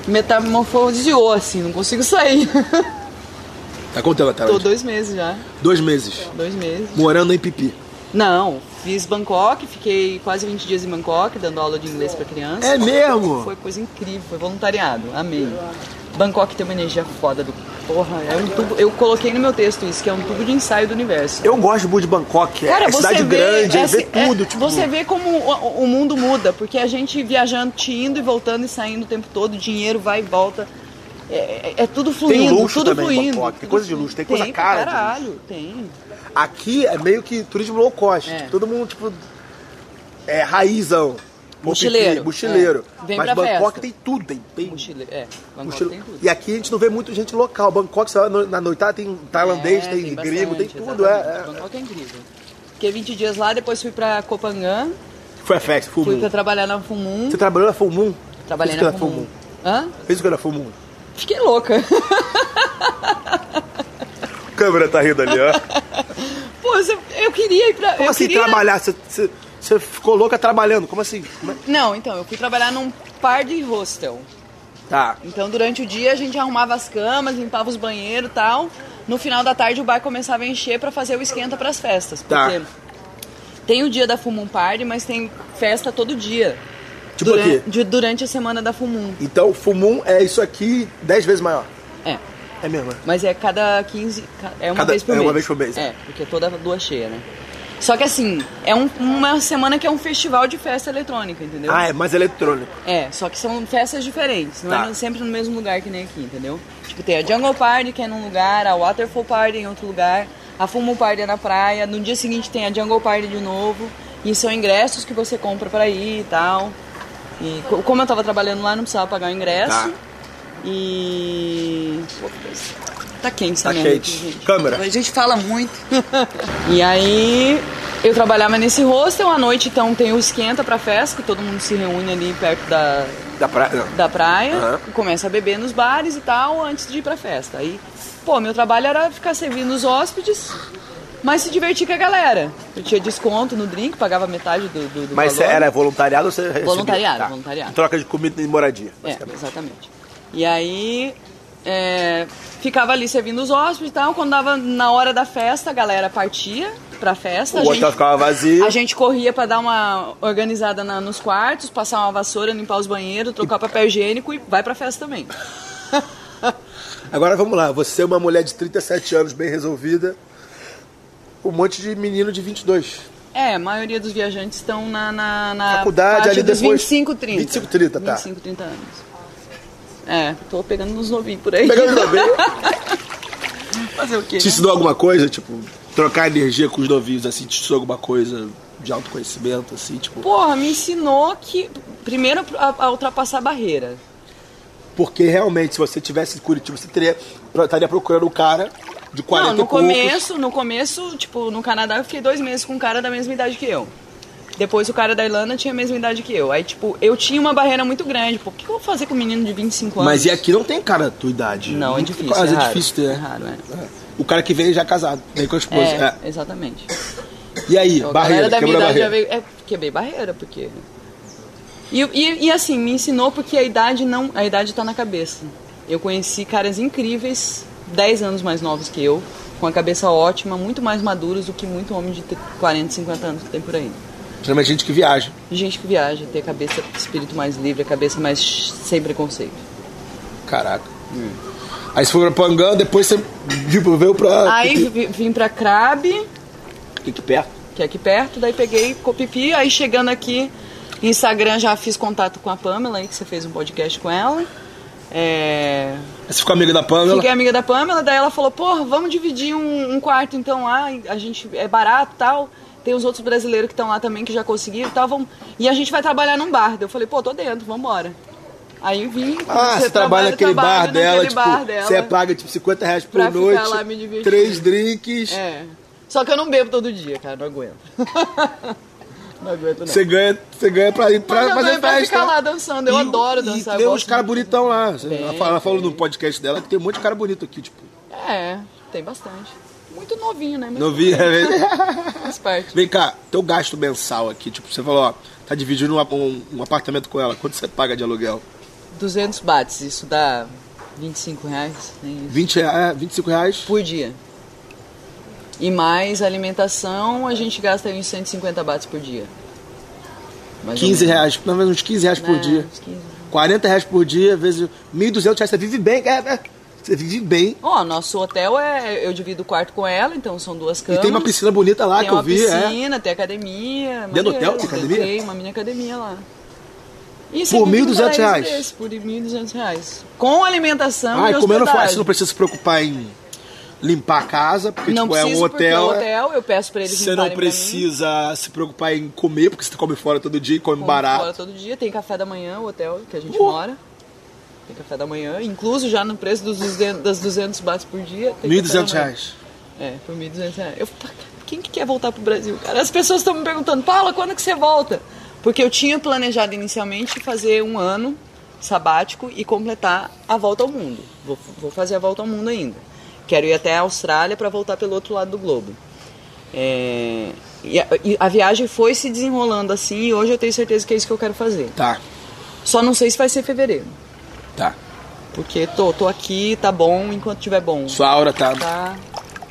B: metamorfoseou, assim, não consigo sair. *laughs*
A: Tá quanto tempo atrás?
B: Tô dois meses já,
A: Dois meses.
B: dois meses.
A: Morando em Pipi.
B: Não, fiz Bangkok, fiquei quase 20 dias em Bangkok dando aula de inglês para criança.
A: É mesmo?
B: Foi coisa incrível, foi voluntariado, amei. Bangkok tem uma energia foda do. Porra, é um tubo. Eu coloquei no meu texto isso, que é um tubo de ensaio do universo.
A: Eu gosto muito de Bangkok, é, é cidade grande, é, vê tudo.
B: é-
A: tipo,
B: Você vê como o, o mundo muda, porque a gente viajando, te indo e voltando e saindo o tempo todo, dinheiro vai e volta. É, é- é tudo fluindo,
A: luxo
B: tudo
A: também em
B: fluindo.
A: Bangkok, tem
B: tudo
A: coisa de
B: fluindo.
A: luxo, tem coisa
B: tem pra
A: cara de
B: Caralho, tem.
A: Aqui é meio que turismo low cost.
B: É.
A: Todo mundo, tipo, é raizão.
B: Mochileiro,
A: Pipi, Mochileiro.
B: é. Vem
A: Mas
B: pra
A: Bangkok
B: festa.
A: tem tudo, tem, tem
B: Mochila, é, Bangkok
A: mochila.
B: tem tudo.
A: E aqui a gente não vê muito gente local. Bangkok, você vai no- na noitada, tem tailandês,
B: É,
A: tem, gringo, tem
B: bastante,
A: tudo.
B: exatamente.
A: É, é.
B: Bangkok é incrível. Fiquei 20 dias lá, depois fui pra Copangan,
A: Foi a festa, Full
B: fui
A: Moon.
B: pra trabalhar na Full Moon.
A: Hum. Você trabalhou na Full Moon?
B: Trabalhei
A: Fez o
B: na
A: que
B: Full Moon. Hã?
A: Fez o que na Full Moon?
B: Fiquei louca. *laughs*
A: Câmera tá rindo ali, ó.
B: Pô, eu, eu queria ir pra...
A: Como
B: eu
A: assim
B: queria...
A: trabalhar? Você- Você você ficou louca trabalhando? Como assim? Como é-
B: Não, então, eu fui trabalhar num par de hostel.
A: Tá.
B: Então, durante o dia, a gente arrumava as camas, limpava os banheiros e tal. No final da tarde, o bar começava a encher pra fazer o esquenta pras festas.
A: Tá.
B: Porque tem o dia da Full Moon Party, mas tem festa todo dia.
A: Tipo
B: Duran-
A: aqui.
B: de- durante a semana da Full Moon.
A: Então, Full Moon é isso aqui dez vezes maior.
B: É.
A: É mesmo? né?
B: Mas é cada 15. ca- É uma
A: Cada-
B: vez por
A: é
B: mês.
A: uma vez por mês.
B: É, porque é toda lua cheia, né? Só que assim, é um- uma semana que é um festival de festa eletrônica, entendeu?
A: Ah, é mais eletrônico.
B: É, só que são festas diferentes, não
A: Tá.
B: é no- sempre no mesmo lugar que nem aqui, entendeu? Tipo, tem a Jungle Party, que é num lugar, a Waterfall Party em outro lugar, a Fumo Party é na praia, no dia seguinte tem a Jungle Party de novo, e são ingressos que você compra pra ir e tal. E co- como eu tava trabalhando lá, não precisava pagar o ingresso.
A: Tá.
B: E. Tá quente essa
A: Tá
B: merda aqui,
A: quente.
B: gente.
A: Câmera.
B: A gente fala muito. *laughs* e aí, eu trabalhava nesse hostel, à noite então tem o esquenta pra festa, que todo mundo se reúne ali perto da,
A: Da praia. não.
B: da praia,
A: Aham.
B: e começa a beber nos bares e tal, antes de ir pra festa. Aí, pô, meu trabalho era ficar servindo os hóspedes, mas se divertir com a galera. Eu tinha desconto no drink, pagava metade do, do, do
A: Mas você
B: valor.
A: era voluntariado ou você recebia?
B: Voluntariado, voluntariado.
A: Em Troca de comida e moradia.
B: É, exatamente. E aí é, ficava ali servindo os hóspedes e tal. Quando dava na hora da festa, a galera partia pra festa.
A: O
B: a
A: hotel
B: gente-
A: ficava vazio.
B: A gente corria pra dar uma organizada na- nos quartos, passar uma vassoura, limpar os banheiros, trocar papel higiênico e vai pra festa também.
A: Agora vamos lá. Você é uma mulher de 37 anos, bem resolvida. Um monte de menino de 22.
B: É, a maioria dos viajantes estão na, na, na
A: Faculdade,
B: parte
A: ali
B: dos
A: depois-
B: 25, 30.
A: 25, 30, tá.
B: 25, 30 anos. É, tô pegando nos novinhos por aí. *laughs*
A: Pegando também.
B: Fazer o quê?
A: *laughs*
B: né?
A: Te ensinou alguma coisa? Tipo, trocar energia com os novinhos, assim, te ensinou alguma coisa de autoconhecimento, assim, tipo.
B: Porra, me ensinou que. Primeiro a, a ultrapassar a barreira.
A: Porque realmente, se você tivesse em Curitiba, você teria, estaria procurando um cara de 40
B: Não, no
A: e poucos.
B: começo, no começo, tipo, no Canadá eu fiquei dois meses com um cara da mesma idade que eu. Depois o cara da Irlanda tinha a mesma idade que eu. Aí, tipo, eu tinha uma barreira muito grande. Pô, o que eu vou fazer com um menino de 25 anos?
A: Mas e aqui não tem cara da tua idade.
B: Não, é
A: Muito
B: difícil.
A: Quase
B: é
A: é,
B: raro,
A: difícil ter.
B: É raro, é.
A: O cara que veio já é casado, veio com a esposa.
B: É,
A: é.
B: exatamente.
A: E aí,
B: Então, a galera
A: barreira,
B: da minha
A: quebrou a
B: idade já
A: barreira.
B: veio. É, quebrei barreira, porque. E, e, e, assim, me ensinou porque a idade não. A idade tá na cabeça. Eu conheci caras incríveis, 10 anos mais novos que eu, com a cabeça ótima, muito mais maduros do que muito homem de 40, 50 anos que tem por aí.
A: Geralmente gente que viaja.
B: Gente que viaja, ter a cabeça, espírito mais livre, a cabeça mais sem preconceito.
A: Caraca. Aí você foi pra Pangã, depois você tipo, veio pra.
B: Aí vi- vim pra Crabe,
A: Fiquei aqui perto.
B: que é aqui perto, daí peguei Copipi, aí chegando aqui, Instagram já fiz contato com a Pamela aí, que você fez um podcast com ela. É,
A: Aí Você ficou amiga da Pamela.
B: Fiquei amiga da Pamela, daí ela falou, porra, vamos dividir um, um quarto então lá, a gente é barato e tal. Tem os outros brasileiros que estão lá também que já conseguiram e tal, vamos... e a gente vai trabalhar num bar. Daí Eu falei, pô, tô dentro, vambora. Aí eu vim.
A: Ah, você, trabalha naquele bar dela, tipo, você paga tipo 50 reais por
B: Pra ficar
A: noite.
B: lá me divertindo.
A: três drinks.
B: É. Só que eu não bebo todo dia, cara, não aguento. *laughs* não aguento, não.
A: Você ganha, você ganha pra ir pra
B: Mas eu
A: fazer
B: ganho é pra
A: festa.
B: ficar lá dançando, eu
A: E-
B: adoro
A: E
B: dançar,
A: tem
B: eu
A: uns
B: gosto
A: caras
B: muito.
A: bonitão lá. ela, fala- ela
B: Tem,
A: falou no podcast dela que tem um monte de cara bonito aqui, tipo.
B: É, tem bastante. Muito novinho, né? Mas
A: Não
B: *laughs*
A: vi, é,
B: faz parte.
A: Vem cá, teu gasto mensal aqui, tipo, você falou, ó, tá dividindo um, um- um apartamento com ela, quanto você paga de aluguel?
B: 200 bates, isso dá 25 reais, nem isso.
A: é, 20 reais, 25 reais?
B: Por dia. E mais alimentação, a gente gasta aí uns 150 bahts por dia. Mais ou
A: 15
B: menos.
A: reais, pelo menos uns 15 reais por
B: É,
A: dia.
B: uns 15.
A: 40 reais por dia, vezes 1.200 reais. Você vive bem, cara. é, Você vive bem.
B: Ó, nosso hotel é. Eu divido o quarto com ela, então são duas
A: E
B: camas.
A: tem uma piscina bonita lá
B: Tem
A: que eu
B: uma
A: vi. É.
B: piscina, tem academia.
A: Dentro do hotel
B: maneiro,
A: tem academia?
B: Tem uma mini academia lá. E é
A: Por 1.200
B: 1.200
A: reais?
B: por 1.200 reais. Com alimentação
A: Ah,
B: e
A: e comendo fora,
B: hospedagem.
A: você não precisa se preocupar em limpar a casa, porque
B: Não
A: tipo, é um
B: preciso, porque é
A: hotel.
B: um
A: é-
B: hotel, eu peço pra eles
A: Você
B: limparem
A: não
B: pra mim.
A: precisa se preocupar em comer, porque você come fora todo dia e come
B: Como fora
A: barato.
B: todo dia, tem café da manhã, o hotel que a gente
A: Uh.
B: mora. Tem café da manhã, incluso já no preço dos 200, das 200 bahts por dia. tem
A: 1.200
B: café da manhã.
A: reais.
B: É, por 1.200 reais. Eu, pá, quem que quer voltar pro Brasil, cara? As pessoas estão me perguntando, Paula, quando que você volta? Porque eu tinha planejado inicialmente fazer um ano sabático e completar a volta ao mundo. Vou, vou fazer a volta ao mundo ainda. Quero ir até a Austrália para voltar pelo outro lado do globo. É, e, a, e a viagem foi se desenrolando assim e hoje eu tenho certeza que é isso que eu quero fazer.
A: Tá,
B: Só não sei se vai ser fevereiro,
A: tá.
B: porque tô, tô aqui, tá bom enquanto tiver bom.
A: Sua aura tá.
B: Tá,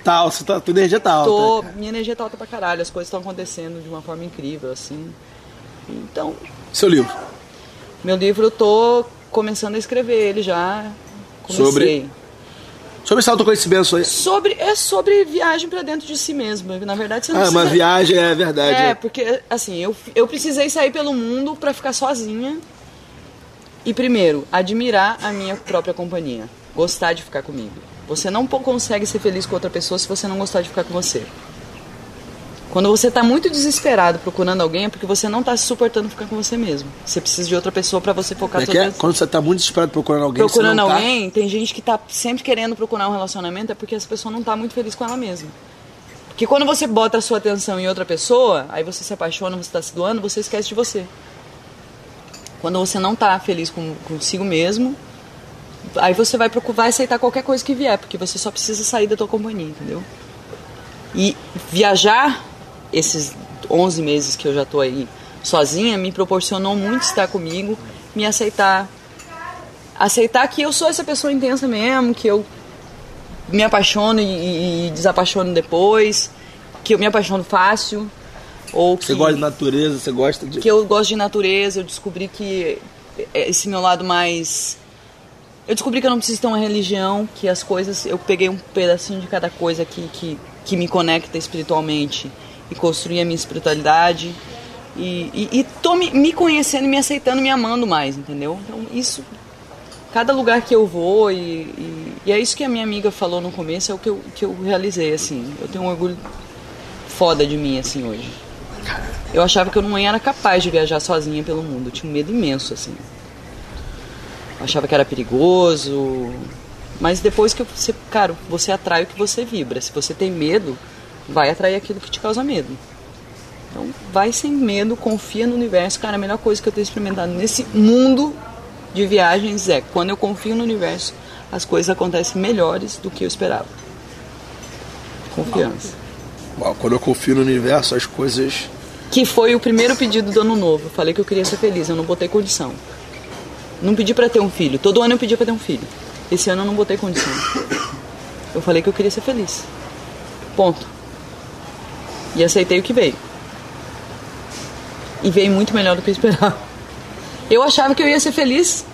A: Tá, alta, tá, tua energia tá alta.
B: Tô, minha energia tá alta pra caralho, as coisas estão acontecendo de uma forma incrível, assim. Então,
A: Seu livro.
B: meu livro eu tô começando a escrever ele já. Comecei.
A: Sobre? Sobre tá esse autoconhecimento aí.
B: Sobre- é sobre viagem pra dentro de si mesmo. Na verdade, você não *laughs*
A: Ah, uma
B: precisa-
A: viagem, é verdade.
B: É,
A: é.
B: porque assim, eu, eu precisei sair pelo mundo pra ficar sozinha. E primeiro, admirar a minha própria companhia. Gostar de ficar comigo. Você não po- consegue ser feliz com outra pessoa se você não gostar de ficar com você. Quando você tá muito desesperado procurando alguém, é porque você não tá se suportando ficar com você mesmo. Você precisa de outra pessoa pra você focar
A: Como é
B: sua
A: que é?
B: atenção.
A: Quando você tá muito desesperado procurando alguém, você
B: Procurando
A: não tá-
B: alguém, tem gente que tá sempre querendo procurar um relacionamento, é porque essa pessoa não tá muito feliz com ela mesma. Porque quando você bota a sua atenção em outra pessoa, aí você se apaixona, você tá se doando, você esquece de você. Quando você não tá feliz com, consigo mesmo, aí você vai, procu- vai aceitar qualquer coisa que vier, porque você só precisa sair da tua companhia, entendeu? E viajar esses 11 meses que eu já tô aí sozinha me proporcionou muito estar comigo, me aceitar, aceitar que eu sou essa pessoa intensa mesmo, que eu me apaixono e- e, e desapaixono depois, que eu me apaixono fácil, ou que
A: Você gosta de natureza, você gosta de.
B: que eu gosto de natureza, eu descobri que é esse meu lado mais. Eu descobri que eu não preciso ter uma religião, que as coisas. Eu peguei um pedacinho de cada coisa que, que, que me conecta espiritualmente e construí a minha espiritualidade. E, e, e tô me, me conhecendo, me aceitando, me amando mais, entendeu? Então isso. Cada lugar que eu vou e, e, e é isso que a minha amiga falou no começo, é o que eu, que eu realizei, assim. Eu tenho um orgulho foda de mim, assim, hoje. Eu achava que eu não era capaz de viajar sozinha pelo mundo. Eu tinha um medo imenso, assim. Eu achava que era perigoso. Mas depois que você. Cara, você atrai o que você vibra. Se você tem medo, vai atrair aquilo que te causa medo. Então, vai sem medo, confia no universo. Cara, a melhor coisa que eu tenho experimentado nesse mundo de viagens é quando eu confio no universo, as coisas acontecem melhores do que eu esperava. Confiança.
A: Uau, quando eu confio no universo, as coisas.
B: que foi o primeiro pedido do ano novo. Eu falei que eu queria ser feliz, eu não botei condição. Não pedi pra ter um filho. Todo ano eu pedia pra ter um filho. Esse ano eu não botei condição. Eu falei que eu queria ser feliz. Ponto. E aceitei o que veio. E veio muito melhor do que eu esperava. Eu achava que eu ia ser feliz.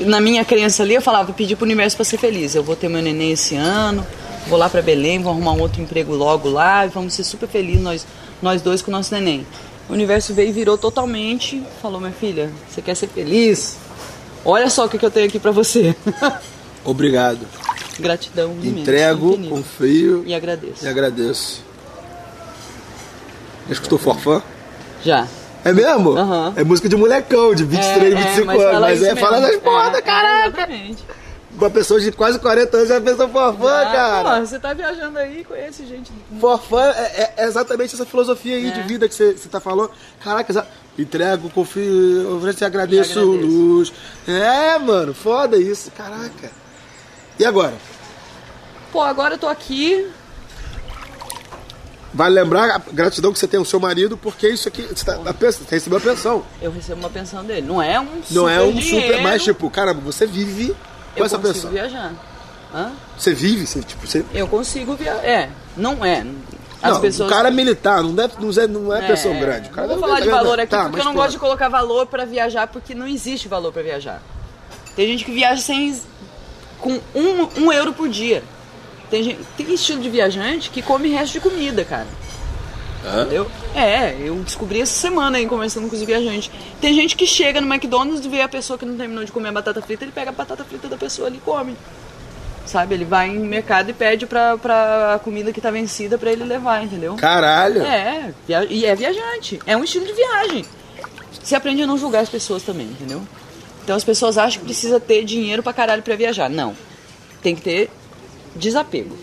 B: Na minha crença ali, eu falava, vou pedir pro universo pra ser feliz. Eu vou ter meu neném esse ano, vou lá pra Belém, vou arrumar um outro emprego logo lá e vamos ser super felizes nós, nós dois com o nosso neném. O universo veio e virou totalmente. Falou, minha filha, você quer ser feliz? Olha só o que, que eu tenho aqui pra você. *laughs*
A: Obrigado.
B: Gratidão imensa,
A: Entrego,
B: infinita.
A: confio
B: E agradeço.
A: e agradeço. Já escutou Forfã?
B: Já.
A: É mesmo?
B: Aham.
A: É música de molecão, de 23,
B: É, é,
A: 25
B: mas
A: anos.
B: fala
A: Mas
B: isso
A: é fala
B: mesmo.
A: das porra,
B: É,
A: caraca!
B: Exatamente.
A: Uma pessoa de quase 40 anos já pensou forfã,
B: Ah,
A: cara.
B: pô, você tá viajando aí, conhece gente.
A: Forfã é, é exatamente essa filosofia aí
B: É.
A: de vida que você você tá falando. Caraca, exa- entrego, confio, ofereço e agradeço,
B: E agradeço.
A: luz. É, mano, foda isso, caraca. E agora?
B: Pô, agora eu tô aqui.
A: Vale lembrar a gratidão que você tem ao seu marido, porque isso aqui, você, tá, a pensão- você recebeu a pensão.
B: Eu recebo uma pensão dele. Não é um super
A: Não é um super,
B: dinheiro,
A: mas tipo, caramba, você vive com
B: eu
A: essa
B: consigo
A: pensão.
B: viajar. Hã?
A: Você vive, você, tipo, você...
B: Eu consigo viajar. É, não é. As
A: não,
B: pessoas.
A: o cara é militar, não, deve, não é, não é,
B: É,
A: pessoa grande. O cara
B: não
A: deve-
B: vou falar de
A: deve-
B: valor aqui
A: tá,
B: porque
A: mas
B: eu não
A: pronto.
B: gosto de colocar valor pra viajar porque não existe valor pra viajar. Tem gente que viaja sem com um, um euro por dia. Tem, gente, tem estilo de viajante que come resto de comida, cara. Entendeu? É, eu descobri essa semana aí, conversando com os viajantes. Tem gente que chega no McDonald's e vê a pessoa que não terminou de comer a batata frita, ele pega a batata frita da pessoa ali e come. Sabe? Ele vai em mercado e pede pra, pra comida que tá vencida pra ele levar, entendeu?
A: Caralho.
B: É, via- e é viajante. É um estilo de viagem. Você aprende a não julgar as pessoas também, entendeu? Então as pessoas acham que precisa ter dinheiro pra caralho pra viajar. Não. Tem que ter desapego.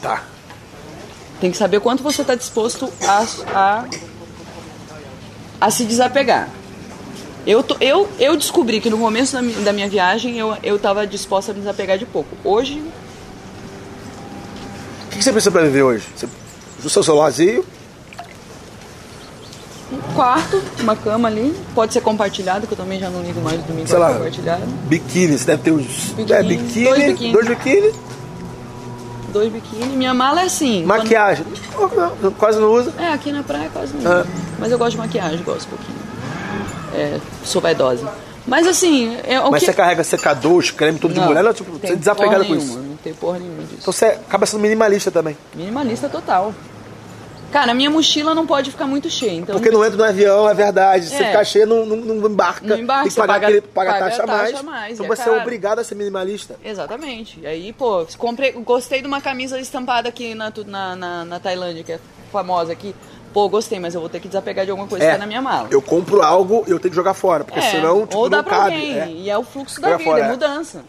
A: Tá.
B: Tem que saber quanto você tá disposto a, a, a se desapegar. Eu, tô- eu, eu descobri que no começo da, mi- da minha viagem eu, eu tava disposta a me desapegar de pouco. Hoje,
A: O que que você precisa pra viver hoje? Você... O seu celularzinho,
B: um quarto, uma cama ali, pode ser compartilhado, que eu também já não ligo mais domingo
A: Sei
B: pra
A: lá.
B: compartilhado.
A: biquíni, você deve ter uns...
B: Biquíni,
A: é, biquíni,
B: dois biquíni.
A: dois biquíni,
B: Dois biquíni. Minha mala é assim.
A: maquiagem. Pô, não, Quase não usa.
B: quando- É, aqui na praia quase não.
A: Ah.
B: Mas eu gosto de maquiagem, gosto um pouquinho. É, sou vaidosa. Mas assim, é o
A: Mas
B: que...
A: você carrega secador, os cremes, tudo de
B: Não,
A: mulher, não, tipo, você é
B: tem
A: desapegada
B: porra
A: com
B: nenhuma,
A: isso.
B: Não tem porra nenhuma disso.
A: Então você acaba sendo minimalista também.
B: Minimalista total. Cara, minha mochila não pode ficar muito cheia, então...
A: Porque não entra no avião, é verdade. Você
B: É.
A: fica cheio, não, não, não embarca.
B: Não embarca,
A: tem que
B: você
A: pagar,
B: paga-
A: aquele, paga
B: paga
A: taxa a
B: taxa
A: mais.
B: a mais,
A: Então
B: é
A: você é
B: caro.
A: obrigado a ser minimalista.
B: Exatamente. E aí, pô, comprei, gostei de uma camisa estampada aqui na, tu- na, na, na Tailândia, que é famosa aqui. Pô, gostei, mas eu vou ter que desapegar de alguma coisa
A: É.
B: que tá na minha mala. É,
A: Eu compro algo e eu tenho que jogar fora, porque senão, tipo,
B: ou dá
A: não
B: pra
A: cabe.
B: alguém.
A: é.
B: E é o fluxo
A: Joga
B: da vida,
A: fora, é.
B: é mudança.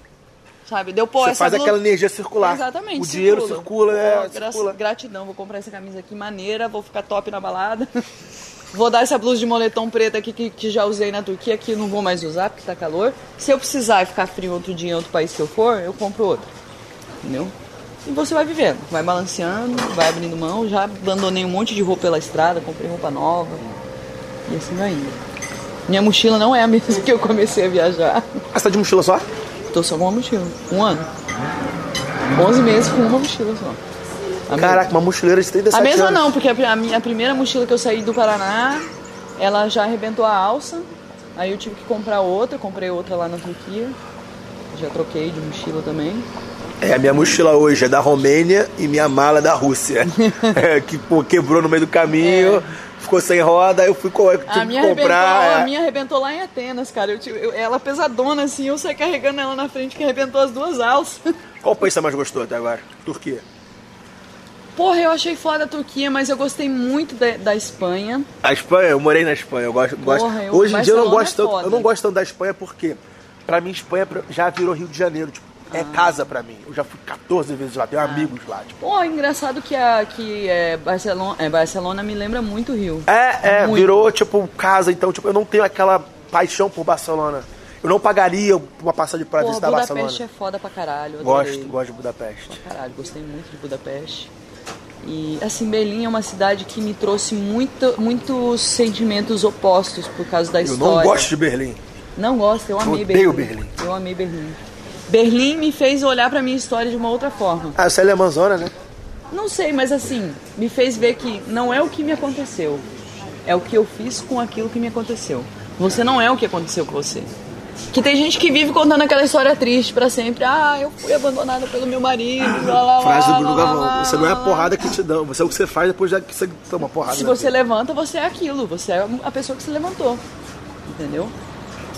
B: Sabe? Deu pô,
A: Você
B: essa
A: faz
B: blu-
A: aquela energia circular.
B: Exatamente.
A: O dinheiro circula, é,
B: Pô, gra-
A: circula.
B: Gratidão, vou comprar essa camisa aqui maneira, vou ficar top na balada. *laughs* Vou dar essa blusa de moletom preta aqui que, que já usei na Turquia, que não vou mais usar porque tá calor. Se eu precisar e ficar frio outro dia em outro país que eu for, eu compro outro. Entendeu? E você vai vivendo, vai balanceando, vai abrindo mão. Já abandonei um monte de roupa pela estrada, comprei roupa nova. E assim vai indo. Minha mochila não é a mesma *laughs* que eu comecei a viajar.
A: Ah, você tá de mochila só?
B: Tô só com uma mochila. Um ano. 11 meses com uma mochila só. A
A: Caraca, uma mochileira de 37
B: a mesma
A: anos.
B: não, porque a, pri- a minha primeira mochila que eu saí do Paraná, ela já arrebentou a alça. Aí eu tive que comprar outra, comprei outra lá na Turquia. Já troquei de mochila também.
A: É, a minha mochila hoje é da Romênia e minha mala é
B: *laughs*
A: da Rússia. É, que pô, quebrou no meio do caminho, ficou sem roda, eu fui co- eu tive
B: É. A minha,
A: que
B: arrebentou,
A: comprar.
B: a
A: é.
B: minha arrebentou lá em Atenas, cara. Eu tive- eu- ela pesadona assim, eu saí carregando ela na frente que arrebentou as duas alças.
A: Qual país você mais gostou até agora? Turquia.
B: Porra, eu achei foda a Turquia, mas eu gostei muito da, da Espanha.
A: A Espanha, eu morei na Espanha, eu gosto. gosto.
B: eu-
A: Hoje em dia eu
B: Barcelona
A: não gosto
B: é
A: tanto. Eu
B: foda.
A: não gosto tanto da Espanha porque, pra mim, Espanha pra- já virou Rio de Janeiro. Tipo, é casa pra mim. Eu já fui 14 vezes lá, tenho amigos lá. Tipo.
B: Pô, engraçado que, a, que é, Barcelona, é, Barcelona me lembra muito o Rio.
A: É, é,
B: Muito.
A: virou tipo casa, então, tipo, eu não tenho aquela paixão por Barcelona. Eu não pagaria uma passagem pra
B: Pô,
A: visitar
B: Budapeste
A: Barcelona.
B: é foda pra caralho. eu adorei.
A: Gosto, gosto de Budapeste.
B: Caralho, gostei muito de Budapeste. E assim, Berlim é uma cidade que me trouxe muito, muitos sentimentos opostos por causa da
A: Eu
B: história.
A: não gosto de Berlim.
B: Não gosto, eu amei
A: Odeio
B: Berlim.
A: Berlim.
B: Eu amei Berlim. Berlim me fez olhar pra minha história de uma outra forma.
A: Ah, você é alemãzona, né?
B: Não sei, mas assim, me fez ver que não é o que me aconteceu, é o que eu fiz com aquilo que me aconteceu. Você não é o que aconteceu com você. Que tem gente que vive contando aquela história triste pra sempre. Ah, eu fui abandonada pelo meu
A: *laughs*
B: marido. Lá, lá,
A: Frase do
B: lá,
A: Bruno
B: lá, lá,
A: Gavão.
B: lá,
A: Você não é a
B: lá,
A: porrada que te dão, você é o que você faz depois já que você toma
B: lá.
A: porrada. né?
B: Se
A: na
B: você levanta, você é aquilo. Você é a pessoa que se levantou. Entendeu?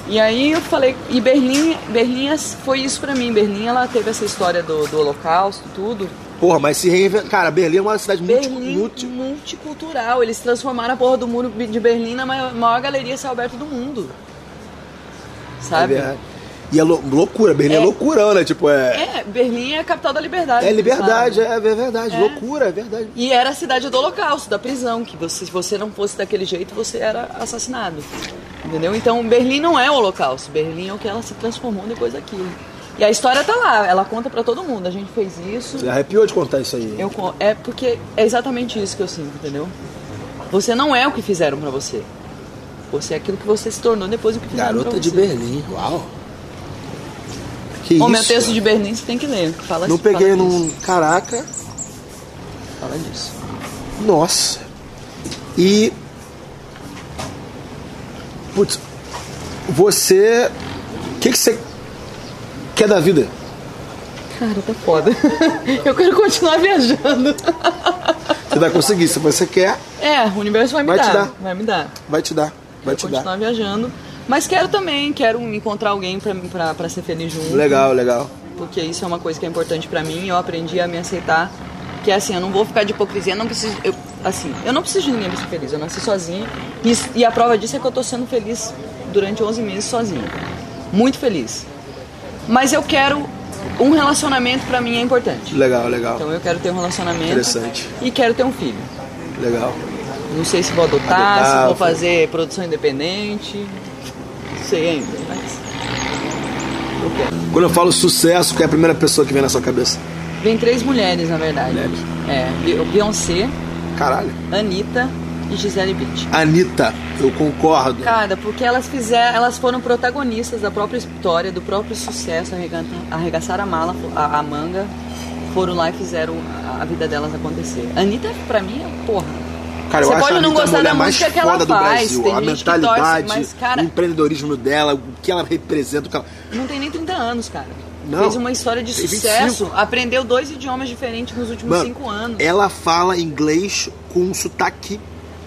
B: E aí eu falei, e Berlim, Berlim foi isso pra mim. Berlim, ela teve essa história do, do holocausto, tudo.
A: Porra, mas se reinventa. Cara, Berlim é uma cidade multi-
B: Berlim
A: multi-
B: multicultural. Eles transformaram a porra do muro de Berlim na maior, maior galeria céu aberto do mundo.
A: é
B: Sabe?
A: verdade. E é lou- loucura, Berlim é,
B: É.
A: loucurão, né? Tipo, é.
B: É, Berlim é a capital da liberdade.
A: É liberdade,
B: sabe?
A: é, é verdade.
B: É.
A: Loucura, é verdade.
B: E era a cidade do holocausto, da prisão, que você, se você não fosse daquele jeito, você era assassinado. Entendeu? Então, Berlim não é o holocausto. Berlim é o que ela se transformou depois daquilo. E a história tá lá, ela conta pra todo mundo. A gente fez isso.
A: Você arrepiou de contar isso aí.
B: Eu con- é porque é exatamente isso que eu sinto, entendeu? Você não é o que fizeram pra você. Você é aquilo que você se tornou depois do que fizeram pra
A: Garota
B: você.
A: de Berlim, uau. Que
B: O
A: isso?
B: meu texto
A: cara?
B: de Berlim você tem que ler. Fala assim,
A: Não
B: fala
A: peguei
B: disso.
A: num. Caraca,
B: Fala disso.
A: nossa. E. Putz, você. O que, que você quer da vida?
B: Cara, tá foda. *laughs* Eu quero continuar viajando.
A: Você vai conseguir, se você quer,
B: É, o universo vai me
A: Vai te
B: dar,
A: dar.
B: Vai me dar.
A: vai te dar. Vai te
B: continuar
A: dar.
B: viajando. Mas quero também, quero encontrar alguém pra, pra, pra ser feliz junto.
A: Legal, legal.
B: Porque isso é uma coisa que é importante pra mim. Eu aprendi a me aceitar. Que é assim, eu não vou ficar de hipocrisia, eu não preciso. Eu, assim, eu não preciso de ninguém pra ser feliz. Eu nasci sozinha. E, e a prova disso é que eu tô sendo feliz durante 11 meses sozinha. Muito feliz. Mas eu quero. Um relacionamento pra mim é importante.
A: Legal, legal.
B: Então eu quero ter um relacionamento.
A: Interessante.
B: E quero ter um filho.
A: Legal.
B: Não sei se vou adotar,
A: Adotar,
B: se vou
A: foi.
B: fazer produção independente. Não sei ainda, mas. Eu quero.
A: Quando eu falo sucesso, que é a primeira pessoa que vem na sua cabeça?
B: Vem três mulheres, na verdade.
A: Mulheres.
B: É, Be- Beyoncé,
A: Caralho.
B: Anitta e Gisele Beach.
A: Anitta, eu concordo.
B: Cara, porque elas fizeram, elas foram protagonistas da própria história, do próprio sucesso, arrega- arregaçaram a mala, a, a manga, foram lá e fizeram a, a vida delas acontecer. Anitta, pra mim, é porra.
A: Cara,
B: Você
A: eu acho
B: pode
A: a
B: não
A: Anitta a
B: gostar
A: mulher
B: da
A: mais
B: música que ela
A: foda do
B: faz,
A: Brasil.
B: tem
A: a
B: gente que torce,
A: mentalidade,
B: mas, cara-
A: o empreendedorismo dela, o que ela representa, o que ela...
B: Não tem nem 30 anos, cara.
A: Não.
B: Fez uma história de
A: Tem
B: sucesso,
A: 25.
B: aprendeu dois idiomas diferentes nos últimos
A: Mano, é-
B: cinco anos.
A: ela fala inglês com um sotaque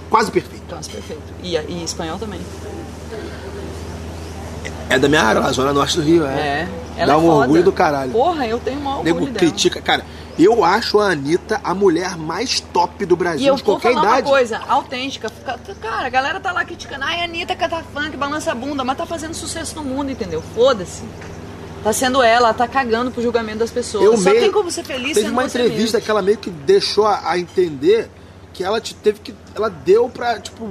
A: quase perfeito.
B: Nossa, perfeito. E, e espanhol também.
A: É da minha área, lá, zona norte do Rio, é.
B: É. Ela
A: Dá
B: é
A: um
B: foda.
A: orgulho do caralho.
B: Porra, eu tenho o maior
A: O
B: orgulho
A: nego
B: dela.
A: critica, cara. Eu acho a Anitta a mulher mais top do Brasil
B: E eu
A: de
B: vou
A: qualquer
B: falar
A: idade.
B: uma coisa, autêntica. Fica- Cara, a galera tá lá criticando. Ai, Anitta canta funk, balança a bunda, mas tá fazendo sucesso no mundo, entendeu? Foda-se. Tá sendo ela, tá cagando pro julgamento das pessoas.
A: Eu
B: Só
A: meio-
B: tem como ser feliz
A: Teve
B: sendo
A: uma
B: você
A: entrevista
B: mesmo.
A: que ela meio que deixou a, a entender que ela te, teve que. Ela deu pra, tipo.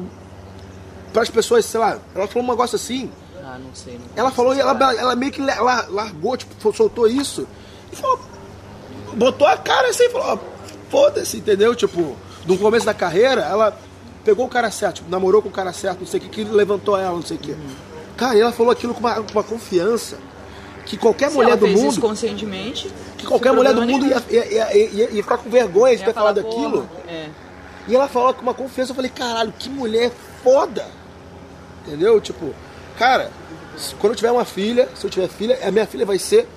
A: Pras pessoas, sei lá. Ela falou um negócio assim.
B: Ah, não sei. não
A: Ela é falou e
B: sei
A: ela,
B: lá.
A: ela meio que ela largou, tipo, soltou isso. E falou. Botou a cara assim e falou: ó, foda-se, entendeu? Tipo, no começo da carreira, ela pegou o cara certo, tipo, namorou com o cara certo, não sei o que, que levantou ela, não sei o que.
B: Uhum.
A: Cara, e ela falou aquilo com uma, com uma confiança que qualquer
B: Se
A: mulher
B: ela
A: do
B: fez
A: mundo
B: Isso conscientemente.
A: que qualquer
B: sem
A: mulher do
B: problema
A: mundo
B: nenhum.
A: ia, ia, ia- ia- ia ficar com vergonha de
B: Ia
A: ter
B: falar,
A: falado aquilo.
B: "Porra, É.
A: E ela falou com uma confiança, eu falei, caralho, que mulher foda! Entendeu? Tipo, cara, se- quando eu tiver uma filha, se eu tiver filha, a minha filha vai ser,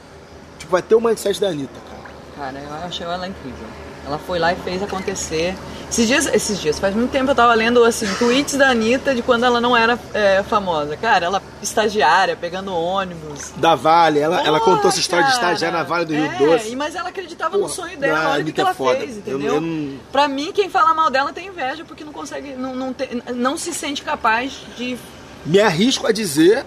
A: tipo, vai ter o mindset da Anitta, cara.
B: Cara, eu achei ela incrível. Ela foi lá e fez acontecer. Esses dias, esses dias, faz muito tempo eu tava lendo assim, tweets da Anitta de quando ela não era é, famosa. Cara, ela estagiária, pegando ônibus.
A: Da Vale, ela, ela
B: Porra,
A: contou essa história de
B: cara.
A: estar já na Vale do Rio
B: é, e-
A: Doce.
B: Mas ela acreditava no
A: Porra,
B: sonho dela,
A: a
B: olha o que
A: Anitta
B: que ela
A: é foda.
B: fez,
A: Eu-
B: entendeu?
A: eu não-
B: Pra mim, quem fala mal dela tem inveja, porque não consegue, não, não, tem- não se sente capaz de.
A: Me arrisco a dizer,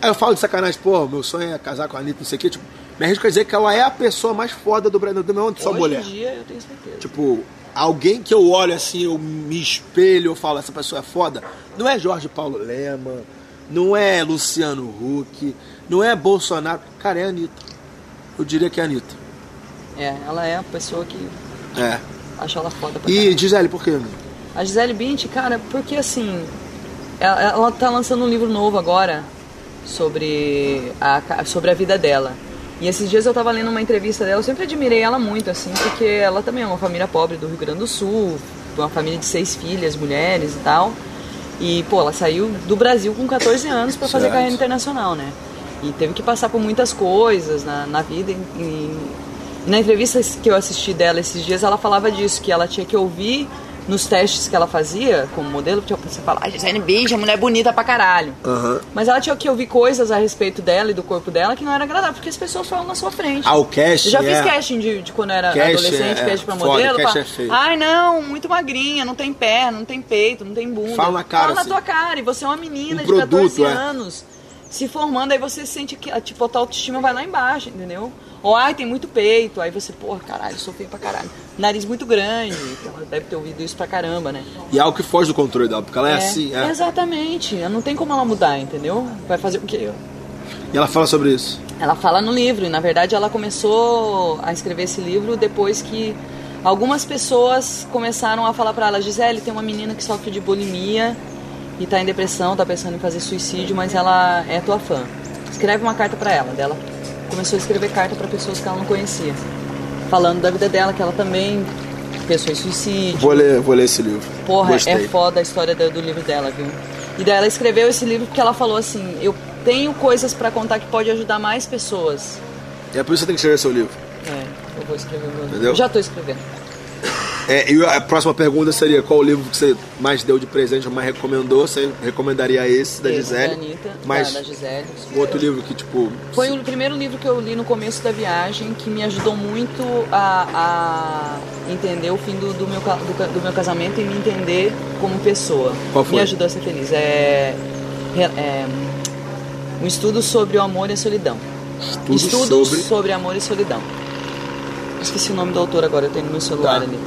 A: aí eu falo de sacanagem, pô, meu sonho é casar com a Anitta, não sei o quê, tipo, me arrisco a dizer que ela é a pessoa mais foda do Brasil, não é só
B: Hoje
A: mulher.
B: em dia, eu tenho certeza.
A: Tipo, alguém que eu olho assim, eu me espelho, eu falo, essa pessoa é foda, não é Jorge Paulo Lema, não é Luciano Huck, não é Bolsonaro. Cara, é a Anitta. Eu diria que é a Anitta.
B: É, ela é a pessoa que
A: É.
B: acha ela foda pra
A: E Gisele, por quê?
B: A Gisele Bint, cara, porque assim, ela, ela tá lançando um livro novo agora sobre a, ca- sobre a vida dela. E esses dias eu tava lendo uma entrevista dela, eu sempre admirei ela muito, assim, porque ela também é uma família pobre do Rio Grande do Sul, uma família de seis filhas, mulheres e tal. E, pô, ela saiu do Brasil com 14 anos pra fazer
A: Certo.
B: carreira internacional, né? E teve que passar por muitas coisas na, na vida. E, e- e na entrevista que eu assisti dela esses dias, ela falava disso, que ela tinha que ouvir nos testes que ela fazia como modelo, tipo, você fala, ah, Gisele Bündchen, mulher bonita pra caralho.
A: Aham.
B: Mas ela tinha que ouvir coisas a respeito dela e do corpo dela que não era agradável, porque as pessoas falam na sua frente.
A: Ah, o casting
B: Eu já fiz
A: é-
B: casting de, de quando era
A: Casting
B: adolescente,
A: é
B: casting pra
A: foda,
B: modelo.
A: casting
B: fala,
A: é feio.
B: Ai, não, muito magrinha, não tem perna, não tem peito, não tem bunda.
A: Fala na cara,
B: Fala
A: assim.
B: na tua cara, e você é uma menina
A: Um
B: de
A: produto,
B: 14
A: é.
B: anos se formando, aí você sente que tipo, a tua autoestima vai lá embaixo, entendeu? Ou, ai, tem muito peito, aí você, porra, caralho, sou feio pra caralho. Nariz muito grande, então ela deve ter ouvido isso pra caramba, né?
A: E é algo que foge do controle dela, porque ela é,
B: É,
A: assim. é.
B: Exatamente. Não tem como ela mudar, entendeu? Vai fazer o quê?
A: E ela fala sobre isso.
B: Ela fala no livro, e na verdade ela começou a escrever esse livro depois que algumas pessoas começaram a falar pra ela, Gisele, tem uma menina que sofre de bulimia e tá em depressão, tá pensando em fazer suicídio, mas ela é tua fã. Escreve uma carta pra ela. Daí Ela começou a escrever carta para pessoas que ela não conhecia. Falando da vida dela, que ela também pensou em suicídio.
A: Vou ler, vou ler esse livro.
B: Porra,
A: Gostei.
B: é foda a história do, do livro dela, viu? E daí ela escreveu esse livro porque ela falou assim: eu tenho coisas pra contar que pode ajudar mais pessoas.
A: É por isso que você tem que escrever seu livro.
B: É, eu vou escrever o meu livro.
A: Entendeu?
B: Eu já tô escrevendo.
A: É, e a próxima pergunta seria: qual o livro que você mais deu de presente, ou mais recomendou? Você recomendaria esse da
B: Esse
A: Gisele?
B: Da Anitta,
A: mas
B: Tá, da, da Gisele.
A: um outro livro que, tipo.
B: Foi o primeiro livro que eu li no começo da viagem que me ajudou muito a, a entender o fim do, do meu, ca- do, ca- do meu casamento e me entender como pessoa.
A: Qual foi?
B: Me ajudou a ser feliz. É, re- é, um estudo sobre o amor e a solidão.
A: Estudo
B: Estudos
A: sobre-
B: amor e solidão. Esqueci o nome do autor agora, eu tenho no meu celular
A: Tá.
B: ali.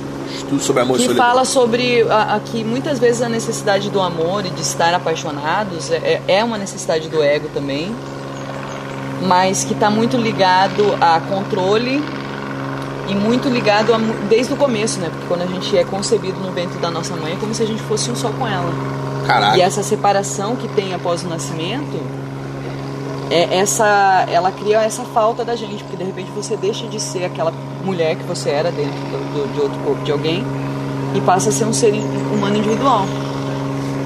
A: Tudo sobre amor e
B: Que
A: solidão.
B: fala sobre a, a que muitas vezes a necessidade do amor e de estar apaixonados é, é uma necessidade do ego também, mas que está muito ligado a controle e muito ligado a, mu- desde o começo, né? Porque quando a gente é concebido no ventre da nossa mãe é como se a gente fosse um só com ela.
A: Caraca.
B: E essa separação que tem após o nascimento, é essa, ela cria essa falta da gente, porque de repente você deixa de ser aquela mulher que você era dentro do- do- de outro corpo de alguém e passa a ser um ser humano individual.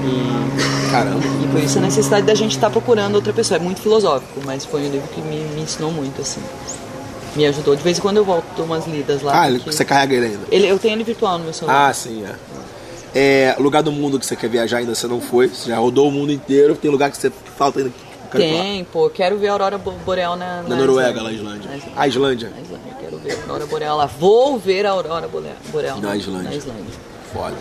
B: E,
A: Caramba.
B: e por isso a necessidade da gente estar procurando outra pessoa. É muito filosófico, mas foi um livro que me, me ensinou muito, assim. Me ajudou. De vez em quando eu volto, dou umas lidas lá.
A: Ah, ele-
B: porque-
A: você carrega ele ainda.
B: ele, eu tenho ele virtual no meu celular.
A: Ah, sim, é. É, lugar do mundo que você quer viajar ainda você não foi, você já rodou o mundo inteiro, tem lugar que você que falta ainda. que eu quero ir lá.
B: Tem, é. pô. Quero ver a aurora bo- boreal na,
A: Na
B: na
A: Noruega,
B: Islândia.
A: na Islândia.
B: Na Islândia.
A: A Islândia.
B: Na Islândia, quero ver a aurora boreal lá. Vou ver a aurora bole- boreal
A: Na Islândia.
B: na Islândia.
A: Foda.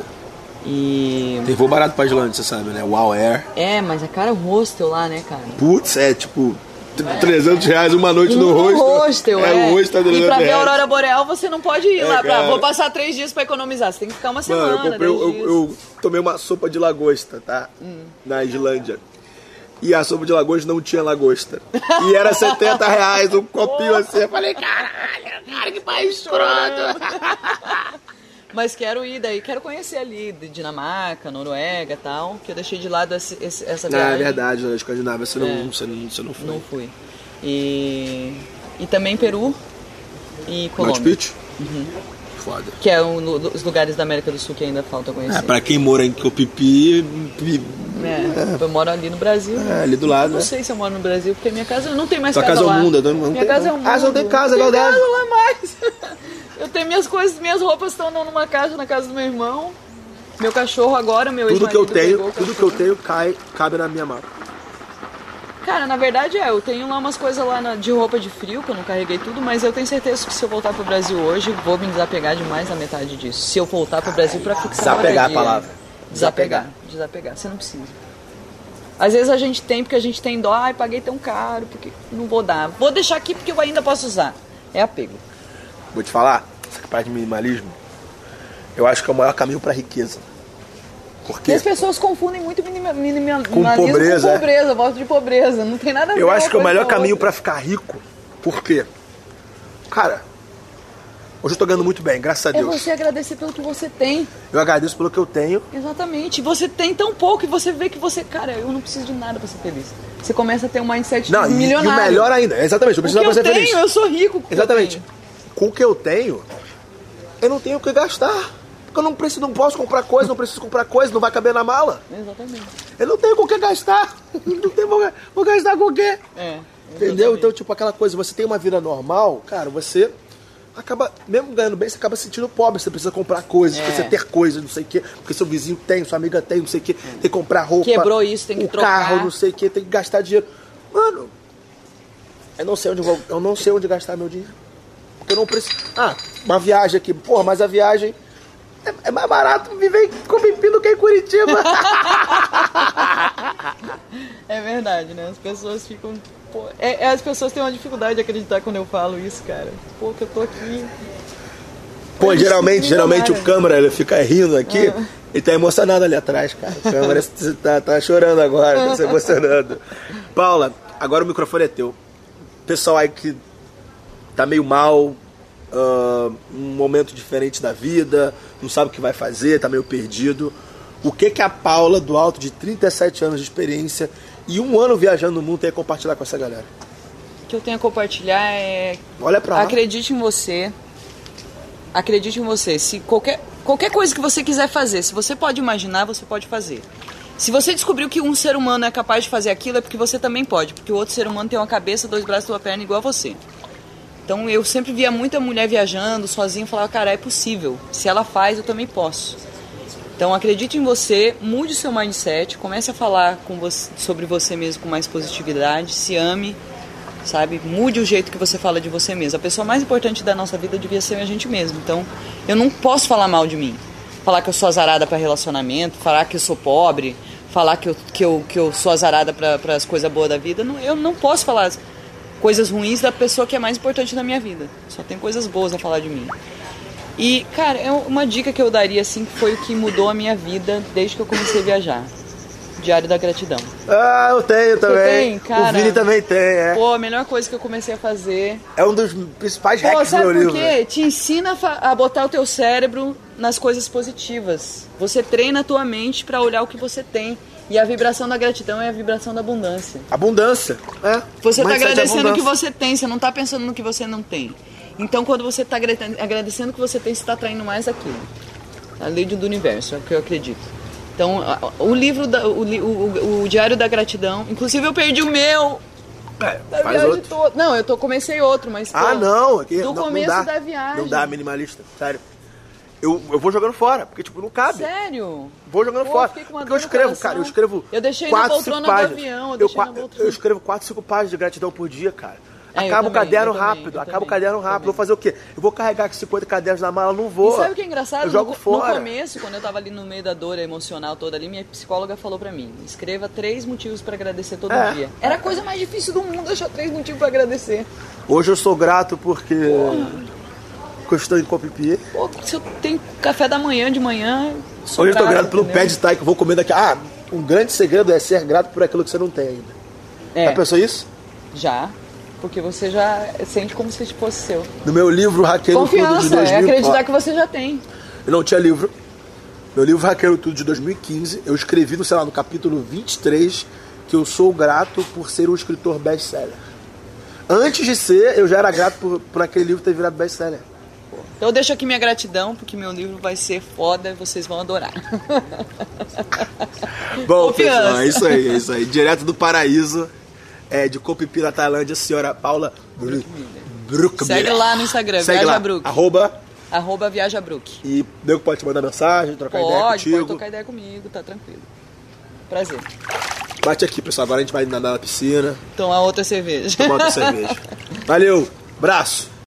B: E
A: Tem voo barato pra Islândia, você sabe, né? Wow Air.
B: é, mas é cara hostel lá, né, cara?
A: Putz, é tipo tr- 300 reais uma noite no
B: Um
A: rosto.
B: hostel, é.
A: o rosto tá 300
B: e pra ver
A: reais.
B: a aurora boreal você não pode ir
A: É,
B: lá. pra-
A: cara.
B: vou passar três dias pra economizar. Você tem que ficar uma semana, né?
A: Mano, eu, comprei,
B: dez
A: eu,
B: dias.
A: eu tomei uma sopa de lagosta, tá?
B: Hum.
A: Na Islândia. E a sopa de lagosta não tinha lagosta. E era 70 reais, um copinho assim. Eu falei, caralho, cara, que país
B: É,
A: escroto.
B: Mas quero ir daí, quero conhecer ali de Dinamarca, Noruega, tal, que eu deixei de lado esse- esse- essa
A: Ah,
B: viagem.
A: é verdade, na Escandinávia você não, você não, você não foi.
B: É. Não fui. E e também Peru e
A: Machu
B: Colômbia,
A: Picchu? é
B: Uhum.
A: Foda.
B: que é um do- dos lugares da América do Sul que ainda falta conhecer.
A: É, pra quem mora em Copipi, pi-
B: É, eu moro ali no Brasil.
A: é, ali do lado, né?
B: Não sei se eu moro no Brasil, porque minha casa não tem mais
A: Sua casa é o
B: lá.
A: mundo, eu não- não
B: Minha
A: tem-
B: casa é o
A: Ah,
B: mundo.
A: você não tem casa, é
B: não tem
A: verdade.
B: casa lá mais. *laughs* Eu tenho minhas coisas, minhas roupas estão numa caixa na casa do meu irmão. Meu cachorro agora, meu
A: Tudo que eu
B: ex-marido pegou
A: tenho,
B: o
A: tudo que
B: cachorro. né?
A: eu tenho cai, cabe na minha mala.
B: Cara, na verdade é, eu tenho lá umas coisas lá na- de roupa de frio, que eu não carreguei tudo, mas eu tenho certeza que se eu voltar pro Brasil hoje, vou me desapegar de mais da metade disso. Se eu voltar pro Brasil pra fixar
A: Desapegar é
B: cada
A: a
B: dia.
A: palavra.
B: Desapegar. Desapegar. Você não precisa. Às vezes a gente tem porque a gente tem dó, ai, paguei tão caro, porque não vou dar. Vou deixar aqui porque eu ainda posso usar. É apego.
A: Vou te falar, essa parte de minimalismo, eu acho que é o maior caminho pra riqueza.
B: E
A: Porque
B: as pessoas confundem muito minima- minimalismo
A: Com pobreza, é.
B: com pobreza, voto de pobreza. Não tem nada a ver
A: eu
B: uma
A: acho que é o
B: coisa
A: melhor
B: com a
A: caminho
B: outra.
A: pra ficar rico. Por quê? Cara, hoje eu tô ganhando muito bem, graças a
B: É
A: Deus.
B: você agradecer pelo que você tem.
A: Eu agradeço pelo que eu tenho.
B: Exatamente. Você tem tão pouco e você vê que você, cara, eu não preciso de nada pra ser feliz. Você começa a ter um mindset
A: Não,
B: de
A: e, e o
B: milionário.
A: melhor ainda, exatamente, eu
B: o que
A: preciso pra
B: eu
A: ser
B: tenho,
A: feliz.
B: eu sou rico. com o que eu
A: Exatamente.
B: tenho.
A: Com o que eu tenho, eu não tenho o que gastar. Porque eu não preciso, não posso comprar coisa, não preciso comprar coisa, não vai caber na mala.
B: Exatamente.
A: Eu não tenho com o que gastar. *laughs* Não tenho, vou, vou gastar com o quê?
B: É.
A: Entendeu? Então, tipo, aquela coisa, você tem uma vida normal, cara, você acaba, mesmo ganhando bem, você acaba se sentindo pobre. Você precisa comprar coisas,
B: É.
A: precisa ter coisas, não sei o quê. Porque seu vizinho tem, sua amiga tem, não sei o quê. Tem que comprar roupa.
B: É. Quebrou isso, tem que
A: o
B: trocar.
A: carro, não sei o quê, tem que gastar dinheiro. Mano, eu não sei onde eu vou, eu não sei onde gastar meu dinheiro. Porque eu não preciso. Ah, uma viagem aqui. Porra, mas a viagem é, é mais barato viver em Copipi do que em Curitiba.
B: É verdade, né? As pessoas ficam. pô, é- é, as pessoas têm uma dificuldade de acreditar quando eu falo isso, cara. Pô, que eu tô aqui.
A: Pô,
B: Ele Ah.
A: geralmente,
B: se
A: geralmente o
B: ignora.
A: câmera ele fica rindo aqui, ele tá emocionado ali atrás, cara.
B: *laughs*
A: O câmera se- tá, tá chorando agora, tá se emocionando. Paula, agora o microfone é teu. Pessoal aí que tá meio mal, ah, um momento diferente da vida, não sabe o que vai fazer, tá meio perdido. O que que a Paula, do alto de 37 anos de experiência e um ano viajando no mundo, tem a compartilhar com essa galera?
B: que eu tenho a compartilhar é
A: Olha pra lá.
B: acredite em você. Acredite em você. Se qualquer, qualquer coisa que você quiser fazer, se você pode imaginar, você pode fazer. Se você descobriu que um ser humano é capaz de fazer aquilo, é porque você também pode, porque o outro ser humano tem uma cabeça, dois braços, duas pernas igual a você. Então eu sempre via muita mulher viajando sozinha e falava, cara, é possível. Se ela faz, eu também posso. Então acredite em você, mude o seu mindset, comece a falar com você- sobre você mesmo com mais positividade, se ame, sabe? Mude o jeito que você fala de você mesmo. A pessoa mais importante da nossa vida devia ser a gente mesmo. Então eu não posso falar mal de mim. Falar que eu sou azarada para relacionamento, falar que eu sou pobre, falar que eu, que eu, que eu sou azarada para as coisas boas da vida. Não- eu não posso falar as coisas ruins da pessoa que é mais importante da minha vida. Só tem coisas boas a falar de mim. E, cara, é uma dica que eu daria, assim, que foi o que mudou a minha vida desde que eu comecei a viajar. Diário da Gratidão.
A: Ah, eu tenho também.
B: tem, cara?
A: O Vini também tem, é.
B: Pô, a melhor coisa que eu comecei a fazer.
A: É um dos principais
B: Pô,
A: hacks do
B: sabe
A: né? meu
B: por
A: livro.
B: quê? Te ensina a fa- a botar o teu cérebro nas coisas positivas. Você treina a tua mente pra olhar o que você tem. E a vibração da gratidão é a vibração da abundância.
A: Abundância. É.
B: Você tá
A: Mindset de
B: agradecendo o que
A: abundância.
B: você tem, você não tá pensando no que você não tem. Então, quando você tá agrade- agradecendo o que você tem, você tá atraindo mais aquilo. A lei do universo, é o que eu acredito. Então, a- a- o livro, da- o, li- o- o- o Diário da Gratidão, inclusive eu perdi o meu. Da
A: É, Faz
B: viagem
A: outro.
B: toda. Não, eu tô, comecei outro, mas.
A: Ah,
B: pô,
A: não. Aqui,
B: Do
A: não, não
B: começo
A: dá.
B: da viagem.
A: Não dá, minimalista. Sério. Eu, eu vou jogando fora, porque, tipo, não cabe.
B: Sério?
A: Vou jogando
B: Pô,
A: fora.
B: fiquei com uma
A: Porque
B: dor
A: eu
B: no
A: escrevo,
B: coração.
A: cara. Eu escrevo
B: Eu deixei na
A: quatro, cinco
B: poltrona do
A: páginas.
B: avião, eu
A: eu,
B: deixei
A: qua-
B: na poltrona.
A: eu escrevo 4, 5 páginas de gratidão por dia, cara.
B: É, eu
A: acaba o
B: também,
A: caderno
B: eu também,
A: rápido,
B: eu
A: acaba o
B: também,
A: caderno
B: eu
A: rápido.
B: também.
A: Vou fazer o quê? Eu vou carregar com 50 cadernos na mala, não vou.
B: E sabe o que é engraçado?
A: Eu jogo
B: no, co-
A: fora.
B: No começo, quando eu tava ali no meio da dor emocional toda ali, minha psicóloga falou pra mim: escreva três motivos pra agradecer todo
A: É.
B: dia. Era a coisa mais difícil do mundo achar três motivos pra agradecer.
A: Hoje eu sou grato porque. porque eu estou em Copipier.
B: Pô, se eu tenho café da manhã de manhã. Sou
A: Hoje eu tô grato pelo
B: entendeu?
A: pé de Thai que eu vou comer daqui. Ah, um grande segredo é ser grato por aquilo que você não tem ainda. Já
B: É,
A: pensou isso?
B: já. Porque você já sente como se fosse seu.
A: No meu livro, Hackeiro Tudo de
B: Confiança,
A: 2000.
B: é acreditar
A: ó,
B: que você já tem.
A: Eu não tinha livro. Meu livro Hackeiro Tudo de 2015. Eu escrevi, no, sei lá, no capítulo 23, que eu sou grato por ser um escritor best-seller. Antes de ser, eu já era grato por, por aquele livro ter virado best-seller.
B: Então eu deixo aqui minha gratidão, porque meu livro vai ser foda, vocês vão adorar.
A: Bom,
B: Confiança.
A: pessoal, é isso aí, é isso aí. Direto do paraíso, é, de Copipi, na Tailândia, senhora Paula Bru- Bruckmiller.
B: Segue lá no Instagram,
A: Segue
B: Viaja
A: lá,
B: Brook.
A: arroba
B: Arroba Viaja Brook.
A: E nego pode te mandar mensagem, trocar ideia
B: Pode,
A: contigo.
B: pode trocar ideia comigo, tá tranquilo. Prazer.
A: Bate aqui, pessoal. Agora a gente vai nadar na piscina,
B: Tomar outra cerveja. *laughs*
A: tomar outra cerveja. Valeu, braço.